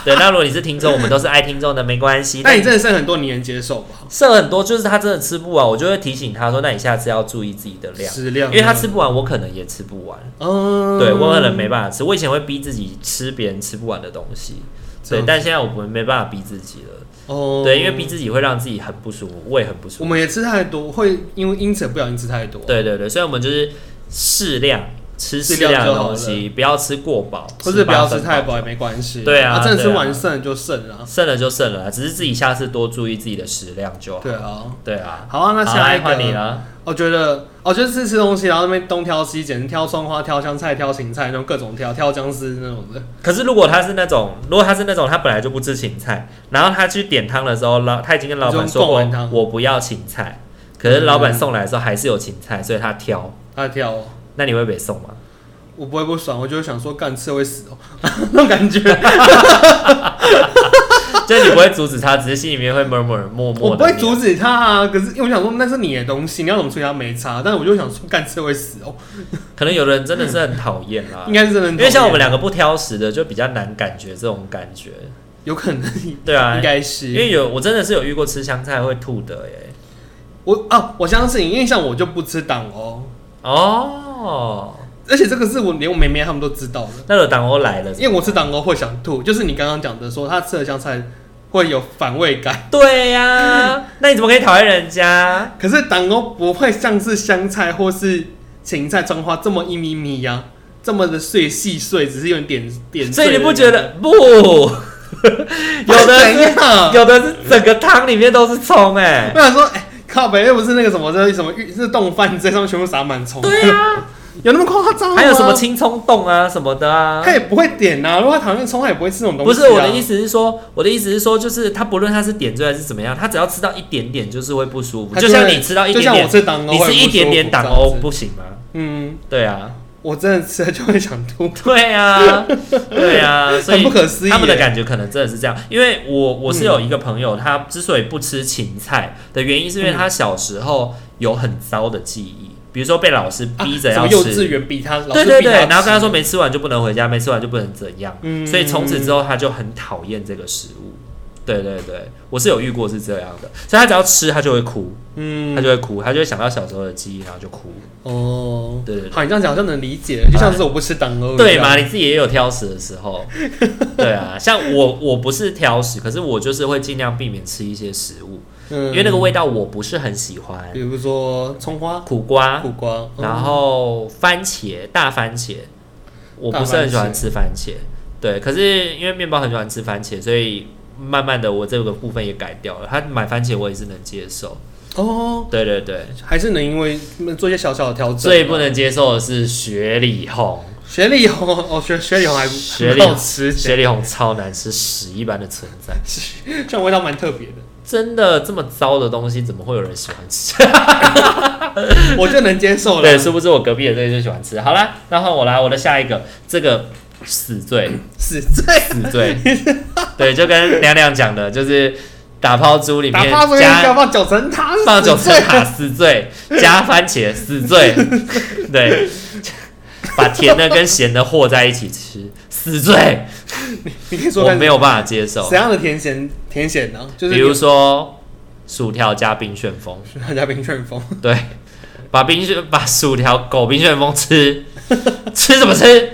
[SPEAKER 1] 对，那如果你是听众，我们都是爱听众的，没关系。
[SPEAKER 2] [laughs] 那你真的剩很多，你能接受吧？
[SPEAKER 1] 剩很多，就是他真的吃不完，我就会提醒他说：“那你下次要注意自己的量，
[SPEAKER 2] 食量，
[SPEAKER 1] 因为他吃，不完，我可能也吃不完。”
[SPEAKER 2] 嗯，
[SPEAKER 1] 对我可能没办法吃。我以前会逼自己吃别人吃不完的东西，
[SPEAKER 2] 这
[SPEAKER 1] 对
[SPEAKER 2] 样，子
[SPEAKER 1] 但现在我们没办法逼自己了。
[SPEAKER 2] 嗯哦
[SPEAKER 1] 对，因为逼自己会让自己很不舒服，胃很不舒
[SPEAKER 2] 我
[SPEAKER 1] 服。
[SPEAKER 2] 们也吃太多，会因为因此不小心吃太多，，
[SPEAKER 1] 对对对，所以我们就是适量吃
[SPEAKER 2] 适
[SPEAKER 1] 适
[SPEAKER 2] 量
[SPEAKER 1] 量的
[SPEAKER 2] 就好
[SPEAKER 1] 东西，不要吃过饱，
[SPEAKER 2] 或是不要吃
[SPEAKER 1] 八分
[SPEAKER 2] 太饱
[SPEAKER 1] 饱
[SPEAKER 2] 也没关系。
[SPEAKER 1] 对啊
[SPEAKER 2] 真的吃
[SPEAKER 1] 对啊
[SPEAKER 2] 完剩就剩了。
[SPEAKER 1] 剩了就剩了啦，啊只是自己下次多注意自己的食量就好。
[SPEAKER 2] 对啊，
[SPEAKER 1] 对啊，
[SPEAKER 2] 好啊，那
[SPEAKER 1] 好
[SPEAKER 2] 下
[SPEAKER 1] 来
[SPEAKER 2] 一
[SPEAKER 1] 换你
[SPEAKER 2] 个，
[SPEAKER 1] 了。
[SPEAKER 2] 我觉得，我觉得是吃东西，然后那边东挑西拣，挑葱花、挑香菜、挑芹菜，那种各种挑，挑姜丝那种的。
[SPEAKER 1] 可是如果他是那种，如果他是那种他本来就不吃芹菜，然后他去点汤的时候，老他已经跟老板
[SPEAKER 2] 你说
[SPEAKER 1] 说
[SPEAKER 2] 贡丸
[SPEAKER 1] 过
[SPEAKER 2] 汤
[SPEAKER 1] 我不要芹菜，可是老板
[SPEAKER 2] 嗯
[SPEAKER 1] 送来的时候还是有芹菜，所以他挑。
[SPEAKER 2] 他挑哦，
[SPEAKER 1] 那你会被送吗？ [laughs]
[SPEAKER 2] 我不会不爽，我就会想说，干吃了会死哦， [laughs] 那种感觉。
[SPEAKER 1] 就是你不会阻止他，只是心里面会 murmur 默默。
[SPEAKER 2] 我不会阻。止他啊，可是因为我想说那是你的东西，你要怎么处理他没差，但是我就想说干吃会死哦，
[SPEAKER 1] 可能有的人真的是很讨厌啦
[SPEAKER 2] 应，该是真的很讨厌，
[SPEAKER 1] 啊因为像我们两个不挑食的，就比较难感觉这种感觉。
[SPEAKER 2] 有可能应
[SPEAKER 1] 对啊，
[SPEAKER 2] 该是，
[SPEAKER 1] 因为有我真的是有遇过吃香菜会吐的耶。
[SPEAKER 2] 我啊，我相信，因为像我就不吃党哦，
[SPEAKER 1] 哦，
[SPEAKER 2] 而且这个是我连我妹妹他们都知道的，
[SPEAKER 1] 那个党欧来了，
[SPEAKER 2] 因为我吃党哦会想吐，就是你刚刚讲的说他吃了香菜会有反胃感，
[SPEAKER 1] 对呀、那你怎么可以讨厌人家？
[SPEAKER 2] 可是党哦不会像是香菜或是芹菜、葱花这么一咪啊咪呀、这么的碎细碎，只是有点点点
[SPEAKER 1] 所
[SPEAKER 2] 碎的 [laughs]
[SPEAKER 1] 以你
[SPEAKER 2] 那种，
[SPEAKER 1] 不觉得不？ [laughs] 有的
[SPEAKER 2] 怎
[SPEAKER 1] 是
[SPEAKER 2] 样？
[SPEAKER 1] 有的是整个汤里面都是葱哎、
[SPEAKER 2] [laughs] 我想说，哎、靠北又不是那个什么，这是什么玉是冻饭，这上面全部撒满葱，
[SPEAKER 1] 对啊，
[SPEAKER 2] 有那么夸张吗？
[SPEAKER 1] [laughs] 还有什么青葱冻啊什么的啊
[SPEAKER 2] 他。也不会点呐、啊，如果他讨厌葱，他也不会吃这种东西、
[SPEAKER 1] 不
[SPEAKER 2] 啊。
[SPEAKER 1] 是我的意，思是说，我的意思是说，就是他不论他是点缀还是怎么样，他只要吃到一点点，就是会不舒服。
[SPEAKER 2] 他
[SPEAKER 1] 就
[SPEAKER 2] 就会
[SPEAKER 1] 像你吃到一
[SPEAKER 2] 就
[SPEAKER 1] 点
[SPEAKER 2] 像我
[SPEAKER 1] 点，
[SPEAKER 2] 吃党欧，哦
[SPEAKER 1] 你
[SPEAKER 2] 我
[SPEAKER 1] 吃
[SPEAKER 2] 也不
[SPEAKER 1] 一点点
[SPEAKER 2] 舒服
[SPEAKER 1] 党
[SPEAKER 2] 这
[SPEAKER 1] 欧
[SPEAKER 2] 样子
[SPEAKER 1] 不行吗？
[SPEAKER 2] 嗯，
[SPEAKER 1] 对啊，
[SPEAKER 2] 我真的吃了就会想吐，
[SPEAKER 1] [laughs] 对啊，对啊，
[SPEAKER 2] [laughs]
[SPEAKER 1] 所
[SPEAKER 2] 很
[SPEAKER 1] 以
[SPEAKER 2] 不可思议耶。
[SPEAKER 1] 他们的感觉可能真的是这样，因为我我是有一个朋友，他之所以不吃芹菜的原因，是因为他小时候有很糟的记忆，比如说被老师逼着
[SPEAKER 2] 啊什
[SPEAKER 1] 要
[SPEAKER 2] 么幼稚
[SPEAKER 1] 吃，
[SPEAKER 2] 园逼他，老师
[SPEAKER 1] 对对
[SPEAKER 2] 逼
[SPEAKER 1] 对，然后跟他
[SPEAKER 2] 吃
[SPEAKER 1] 说没吃完就不能回家，没吃完就不能怎样，
[SPEAKER 2] 嗯
[SPEAKER 1] 所以从此之后他就很讨厌这个食物。对对对，我是有遇过是这样的，所以他只要吃他就会哭，
[SPEAKER 2] 嗯
[SPEAKER 1] 他就会哭，他就会想到小时候的记忆，然后就哭。
[SPEAKER 2] 哦，
[SPEAKER 1] 对对对
[SPEAKER 2] 好，你这样讲好像能理解了，就像是我不吃党欧一样，
[SPEAKER 1] 对嘛？你自己也有挑食的时候，
[SPEAKER 2] [laughs]
[SPEAKER 1] 对啊，像我我不是挑食，可是我就是会尽量避免吃一些食物，
[SPEAKER 2] 嗯，
[SPEAKER 1] 因为那个味道我不是很喜欢，
[SPEAKER 2] 比如说葱花、
[SPEAKER 1] 苦瓜，
[SPEAKER 2] 苦瓜，嗯
[SPEAKER 1] 然后番茄大番茄，我不是很喜欢吃番茄，对，可是因为面包很喜欢吃番茄，所以慢慢的我这个部分也改掉了，他买番茄我也是能接受，
[SPEAKER 2] 哦，
[SPEAKER 1] 对对对，
[SPEAKER 2] 还是能因为做一些小小的调整。啊
[SPEAKER 1] 最不能接受的是雪里红。
[SPEAKER 2] 雪里红哦，雪雪里红还
[SPEAKER 1] 雪
[SPEAKER 2] 很
[SPEAKER 1] 里
[SPEAKER 2] 好吃，
[SPEAKER 1] 雪里红超难吃，屎一般的存在。
[SPEAKER 2] 这种味道蛮特别的， [laughs]
[SPEAKER 1] 真的这么糟的东西，怎么会有人喜欢吃？
[SPEAKER 2] 我就能接受了。
[SPEAKER 1] [laughs] 对，殊不知我隔壁的这个就喜欢吃。好啦，那换我来，我的下一个这个死罪，
[SPEAKER 2] 死罪，
[SPEAKER 1] 死 [laughs] 罪，对，就跟亮亮讲的，就是打抛猪里
[SPEAKER 2] 打
[SPEAKER 1] 面
[SPEAKER 2] 发出去要
[SPEAKER 1] 加
[SPEAKER 2] 放九层塔，
[SPEAKER 1] 放九
[SPEAKER 2] 死
[SPEAKER 1] 层
[SPEAKER 2] 罪
[SPEAKER 1] 塔死罪，加番茄死 [laughs] 罪，对，把甜的跟咸的和在一起吃死罪，
[SPEAKER 2] 你可以说
[SPEAKER 1] 我
[SPEAKER 2] 看
[SPEAKER 1] 没有办法接受
[SPEAKER 2] 怎。样的甜咸甜咸呢？就是
[SPEAKER 1] 比如说薯条加冰旋风，
[SPEAKER 2] 大家冰旋风， [laughs]
[SPEAKER 1] 对，把冰旋把薯条狗冰旋风吃， [laughs] 吃什么吃？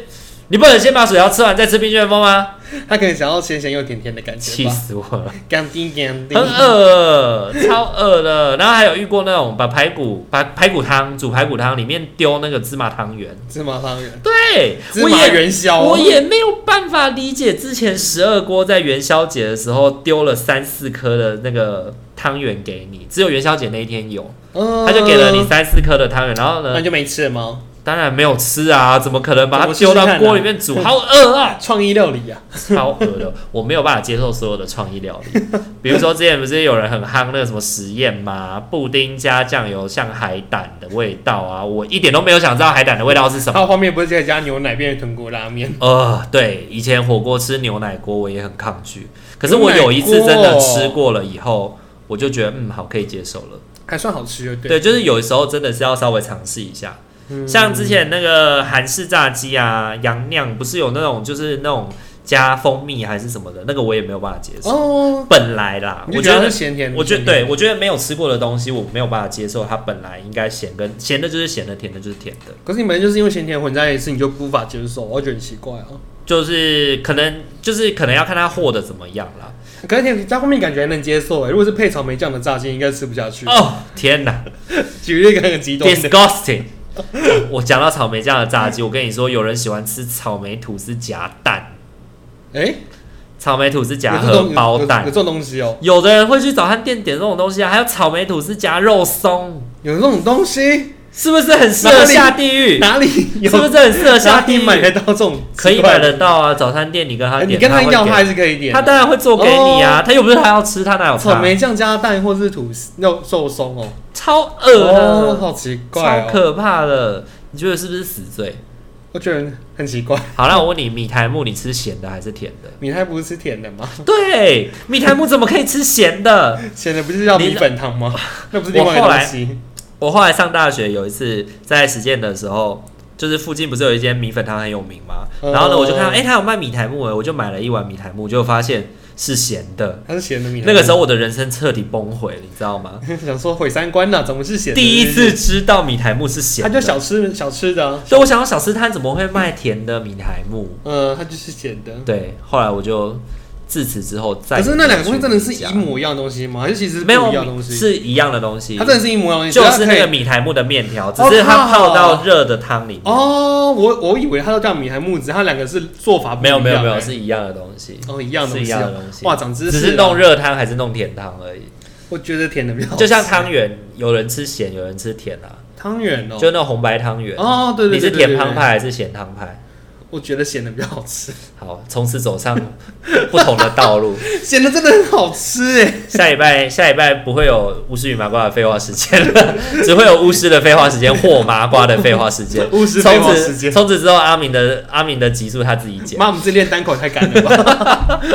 [SPEAKER 1] 你不能先把薯条吃完再吃冰旋风吗？
[SPEAKER 2] 他可能想要咸咸又甜甜的感觉
[SPEAKER 1] 气
[SPEAKER 2] 吧，
[SPEAKER 1] 死我了，
[SPEAKER 2] 干丁干丁
[SPEAKER 1] [laughs] 很，饿，超饿的。然后还有遇过那种把排骨把排骨汤煮排骨汤里面丢那个芝麻汤圆，
[SPEAKER 2] 芝麻汤圆，
[SPEAKER 1] 对，
[SPEAKER 2] 芝
[SPEAKER 1] 我
[SPEAKER 2] 麻
[SPEAKER 1] 也。
[SPEAKER 2] 元宵，
[SPEAKER 1] 我也没有办法理解之前十二锅在元宵节的时候丢了三四颗的那个汤圆给你，只有元宵节那一天有，
[SPEAKER 2] 嗯，
[SPEAKER 1] 他就给了你三四颗的汤圆，然后呢
[SPEAKER 2] 那，你就没吃了吗？
[SPEAKER 1] 当然没有吃啊，怎么可能把
[SPEAKER 2] 怎
[SPEAKER 1] 它
[SPEAKER 2] 么试试
[SPEAKER 1] 丢到
[SPEAKER 2] 看啊
[SPEAKER 1] 锅里
[SPEAKER 2] [laughs]
[SPEAKER 1] 面煮？好饿啊，
[SPEAKER 2] 创意料理啊，
[SPEAKER 1] 超饿的，我没有办法接受所有的创意料理。比如说之前不是有人很夯那个什么实验吗？布丁加酱油像海胆的味道啊，我一点都没有想知道海胆的味道是什
[SPEAKER 2] 它
[SPEAKER 1] 么。
[SPEAKER 2] 后面不是再加牛奶变成豚骨拉
[SPEAKER 1] [laughs]
[SPEAKER 2] 面，
[SPEAKER 1] 呃，对，以前火锅吃牛奶锅我也很抗拒，可是我有一次真的吃过了以后，我就觉得嗯好可以接受了。
[SPEAKER 2] 还算好吃，对，
[SPEAKER 1] 对，就是有时候真的是要稍微尝试一下。
[SPEAKER 2] 嗯
[SPEAKER 1] 像之前那个韩式炸鸡啊，洋酿不是有那种就是那种加蜂蜜还是什么的，那个我也没有办法接受。
[SPEAKER 2] 哦，
[SPEAKER 1] 本来啦，
[SPEAKER 2] 你
[SPEAKER 1] 我
[SPEAKER 2] 就
[SPEAKER 1] 觉
[SPEAKER 2] 觉
[SPEAKER 1] 得
[SPEAKER 2] 得是。咸甜的，
[SPEAKER 1] 我觉得对，我觉得没有吃过的东西，我没有办法接受。它本来应该咸跟咸的，就是咸的；甜的，就是甜的。
[SPEAKER 2] 可是你们就是因为咸甜混在一起，你就无法接受，我觉得很奇怪啊。
[SPEAKER 1] 就是可能，就是可能要看它和的怎么样啦。
[SPEAKER 2] 可是甜在后面感觉还能接受欸诶，如果是配草莓酱的炸鸡，应该吃不下去。
[SPEAKER 1] 哦，天哪
[SPEAKER 2] 举例一个很极端的，
[SPEAKER 1] ，disgusting！我讲到草莓酱的炸鸡，我跟你说，有人喜欢吃草莓吐司夹蛋，
[SPEAKER 2] 哎，
[SPEAKER 1] 草莓吐司夹
[SPEAKER 2] 有这种
[SPEAKER 1] 荷包蛋
[SPEAKER 2] 有有有，这种东西哦，
[SPEAKER 1] 有的人会去早餐店点这种东西啊，还有草莓吐司夹肉松，
[SPEAKER 2] 有这种东西，
[SPEAKER 1] 是不是很适合下地狱？
[SPEAKER 2] 哪里有？
[SPEAKER 1] 是不是很适合下
[SPEAKER 2] 哪
[SPEAKER 1] 地
[SPEAKER 2] 里
[SPEAKER 1] 狱？
[SPEAKER 2] 买得到这种？
[SPEAKER 1] 可以买得。到啊，早餐店你跟他
[SPEAKER 2] 哎
[SPEAKER 1] 点，
[SPEAKER 2] 你跟他要，他
[SPEAKER 1] 他
[SPEAKER 2] 还
[SPEAKER 1] 会
[SPEAKER 2] 是可以
[SPEAKER 1] 给
[SPEAKER 2] 点。哦
[SPEAKER 1] 他当然会做给你啊，他又不是他要吃，他哪有
[SPEAKER 2] 草
[SPEAKER 1] 差？
[SPEAKER 2] 莓酱加蛋或是吐司肉肉松哦，
[SPEAKER 1] 超恶
[SPEAKER 2] 哦，
[SPEAKER 1] 的，
[SPEAKER 2] 好奇怪
[SPEAKER 1] 超
[SPEAKER 2] 哦，
[SPEAKER 1] 可怕的，你觉得是不是死罪？
[SPEAKER 2] 我觉得很奇怪。
[SPEAKER 1] 好，那我问你，米苔木你吃咸的还是甜的？
[SPEAKER 2] 米苔不是吃甜的吗？ [laughs]
[SPEAKER 1] 对，米苔木怎么可以吃咸的？
[SPEAKER 2] 咸的不是叫米粉汤吗？那不是另外一
[SPEAKER 1] 我
[SPEAKER 2] 个
[SPEAKER 1] 后
[SPEAKER 2] 东
[SPEAKER 1] 来
[SPEAKER 2] 西？
[SPEAKER 1] 我后来上大学有一次在实践的时候，就是附近不是有一间米粉汤很有名吗？
[SPEAKER 2] 嗯
[SPEAKER 1] 然后呢，我就看到，哎、他有卖米苔木，哎，我就买了一碗米苔木，就发现是咸的。
[SPEAKER 2] 它是咸的米苔。
[SPEAKER 1] 那个时候我的人生彻底崩毁，你知道吗？
[SPEAKER 2] [laughs] 想说毁三观了，怎么是咸的？
[SPEAKER 1] 第一次知道米苔木是咸
[SPEAKER 2] 它
[SPEAKER 1] 的，
[SPEAKER 2] 就小吃小吃的啊，
[SPEAKER 1] 对，我想到小吃摊怎么会卖甜的米苔木？
[SPEAKER 2] 呃嗯，它就是咸的。
[SPEAKER 1] 对，后来我就自此之后再
[SPEAKER 2] 可
[SPEAKER 1] 也
[SPEAKER 2] 是
[SPEAKER 1] 没
[SPEAKER 2] 那
[SPEAKER 1] 有去你家。
[SPEAKER 2] 两个东西真的是一模一样的东西吗？还是其实是不
[SPEAKER 1] 没
[SPEAKER 2] 一样的东
[SPEAKER 1] 有
[SPEAKER 2] 西？，
[SPEAKER 1] 是一样的东西，
[SPEAKER 2] 它真的是一模一样的东西，
[SPEAKER 1] 就是
[SPEAKER 2] 只
[SPEAKER 1] 那个
[SPEAKER 2] 要可以
[SPEAKER 1] 米苔木的面条，只
[SPEAKER 2] 哦
[SPEAKER 1] 是它
[SPEAKER 2] 靠
[SPEAKER 1] 泡到热的汤里面。
[SPEAKER 2] 哦，我我以为它都叫米还木子，它两个是做法不
[SPEAKER 1] 没有没有
[SPEAKER 2] 一样
[SPEAKER 1] 没有，
[SPEAKER 2] 欸
[SPEAKER 1] 是一样的东西，
[SPEAKER 2] 哦一样的
[SPEAKER 1] 是
[SPEAKER 2] 东
[SPEAKER 1] 一
[SPEAKER 2] 西
[SPEAKER 1] 样的
[SPEAKER 2] 啊，
[SPEAKER 1] 东西。
[SPEAKER 2] 哇，长知
[SPEAKER 1] 只
[SPEAKER 2] 识
[SPEAKER 1] 是
[SPEAKER 2] 了
[SPEAKER 1] 弄，热汤还是弄甜汤而已。
[SPEAKER 2] 我觉得甜的比较好吃，
[SPEAKER 1] 就像汤圆，有人吃咸，有人吃甜啊，
[SPEAKER 2] 汤圆哦，
[SPEAKER 1] 就那种红白汤圆。
[SPEAKER 2] 哦对对
[SPEAKER 1] 你
[SPEAKER 2] 对
[SPEAKER 1] 是
[SPEAKER 2] 对对
[SPEAKER 1] 甜汤派还是咸汤派？
[SPEAKER 2] 我觉得咸的比较好吃，
[SPEAKER 1] 好，从此走上 [laughs] 不同的道路。
[SPEAKER 2] 咸的真的很好吃哎。
[SPEAKER 1] 下礼拜下礼拜不会有巫师与麻瓜的废话时间了， [laughs] 只会有巫师的废话时间或麻瓜的废话时间。
[SPEAKER 2] [laughs] 巫师废
[SPEAKER 1] 从
[SPEAKER 2] 话时
[SPEAKER 1] 此
[SPEAKER 2] 间
[SPEAKER 1] 从此之后，阿明的阿明的集数他自己剪。
[SPEAKER 2] 妈，我们这练单口太干了吧？ [laughs]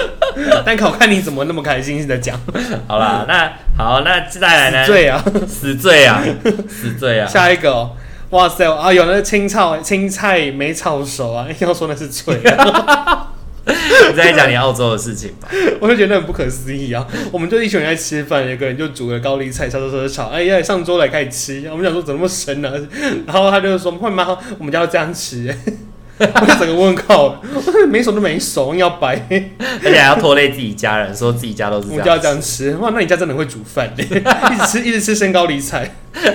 [SPEAKER 2] 单口看你怎么那么开心的讲，
[SPEAKER 1] 好啦，那好，那再来呢？
[SPEAKER 2] 对啊，
[SPEAKER 1] 死罪啊，死罪啊！
[SPEAKER 2] 下一个、哦，哇塞啊，有那个青菜青菜没炒熟啊， [laughs] 要说那是脆、
[SPEAKER 1] [laughs]
[SPEAKER 2] 啊，
[SPEAKER 1] 你在讲你澳洲的事情吧？
[SPEAKER 2] 我就觉得很不可思议啊。我们就一群人在吃饭，有个人就煮了高丽菜，炒炒炒炒炒，哎呀，上桌来开始吃，我们想说怎么那么生呢、 [laughs] 然后他就说会吗？我们家要这样吃、 [laughs] 我就整个问号， [laughs] 没熟都没熟，硬要掰，
[SPEAKER 1] 而且还要拖累自己家人，说自己家都是
[SPEAKER 2] 我
[SPEAKER 1] 这
[SPEAKER 2] 们就要
[SPEAKER 1] 样
[SPEAKER 2] 这
[SPEAKER 1] 子。
[SPEAKER 2] 样吃。哇，那你家真的很会煮饭、欸
[SPEAKER 1] [laughs]
[SPEAKER 2] 一直吃一直吃生高丽菜， [laughs]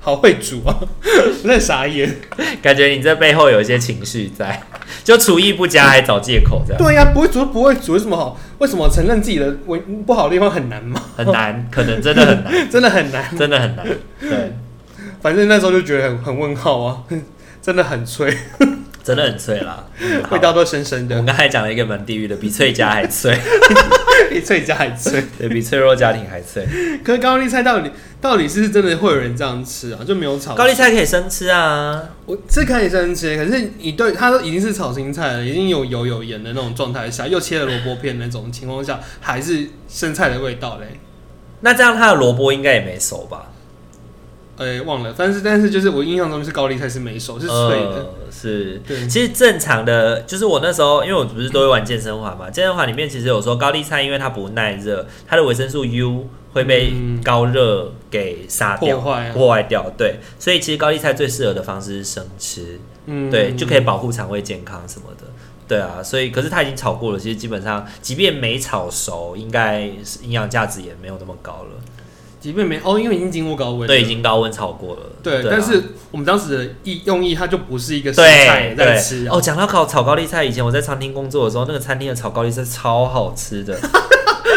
[SPEAKER 2] 好会煮啊！我真的傻眼。
[SPEAKER 1] 感觉你这背后有一些情绪在， [laughs] 就厨艺不佳还找借口这样，
[SPEAKER 2] 对呀、不会煮不会煮，有什么好？为什么承认自己的为不好的地方很难吗？ [laughs]
[SPEAKER 1] 很难，可能真的很难，
[SPEAKER 2] 真的很难。
[SPEAKER 1] 真的很难。对，
[SPEAKER 2] 反正那时候就觉得很很问号啊， [laughs] 真的很脆，
[SPEAKER 1] 真的很脆啦。嗯好
[SPEAKER 2] 味道都深深
[SPEAKER 1] 我
[SPEAKER 2] [laughs]
[SPEAKER 1] 们
[SPEAKER 2] 的，
[SPEAKER 1] 刚才讲了一个蛮地狱的，比脆家还
[SPEAKER 2] [laughs]
[SPEAKER 1] 脆，
[SPEAKER 2] 比脆加还脆。
[SPEAKER 1] 对比脆弱家庭还脆。
[SPEAKER 2] 可是高丽菜到底到底是不是真的会有人这样吃啊？就没有炒
[SPEAKER 1] 高丽菜可以生吃啊，
[SPEAKER 2] 我这可以生吃，可是你对它都已经是炒青菜了，已经有油有盐的那种状态下，又切了萝卜片那种情况下，还是生菜的味道嘞。
[SPEAKER 1] 那这样它的萝卜应该也没熟吧？
[SPEAKER 2] 哎、忘了，但是但是就是我印象中是高丽菜是没熟，是脆的。
[SPEAKER 1] 呃、是
[SPEAKER 2] 对，
[SPEAKER 1] 其实正常的，就是我那时候，因为我不是都会玩健身环嘛，健身环里面其实有说高丽菜，因为它不耐热，它的维生素 U 会被
[SPEAKER 2] 嗯
[SPEAKER 1] 高热给杀掉、
[SPEAKER 2] 破坏啊
[SPEAKER 1] 破坏掉。对，所以其实高丽菜最适合的方式是生吃，
[SPEAKER 2] 嗯
[SPEAKER 1] 对，就可以保护肠胃健康什么的。对啊，所以可是它已经炒过了，其实基本上即便没炒熟，应该是营养价值也没有那么高了。
[SPEAKER 2] 即便没哦，因为已经经过高温了，
[SPEAKER 1] 对，已经高温炒过了。
[SPEAKER 2] 对，
[SPEAKER 1] 啊
[SPEAKER 2] 但是我们当时的意用意，它就不是一个食
[SPEAKER 1] 对
[SPEAKER 2] 材
[SPEAKER 1] 对
[SPEAKER 2] 在吃啊
[SPEAKER 1] 哦，，讲到烤炒高丽菜，以前我在餐厅工作的时候，那个餐厅的炒高丽菜超好
[SPEAKER 2] [laughs]
[SPEAKER 1] 吃的。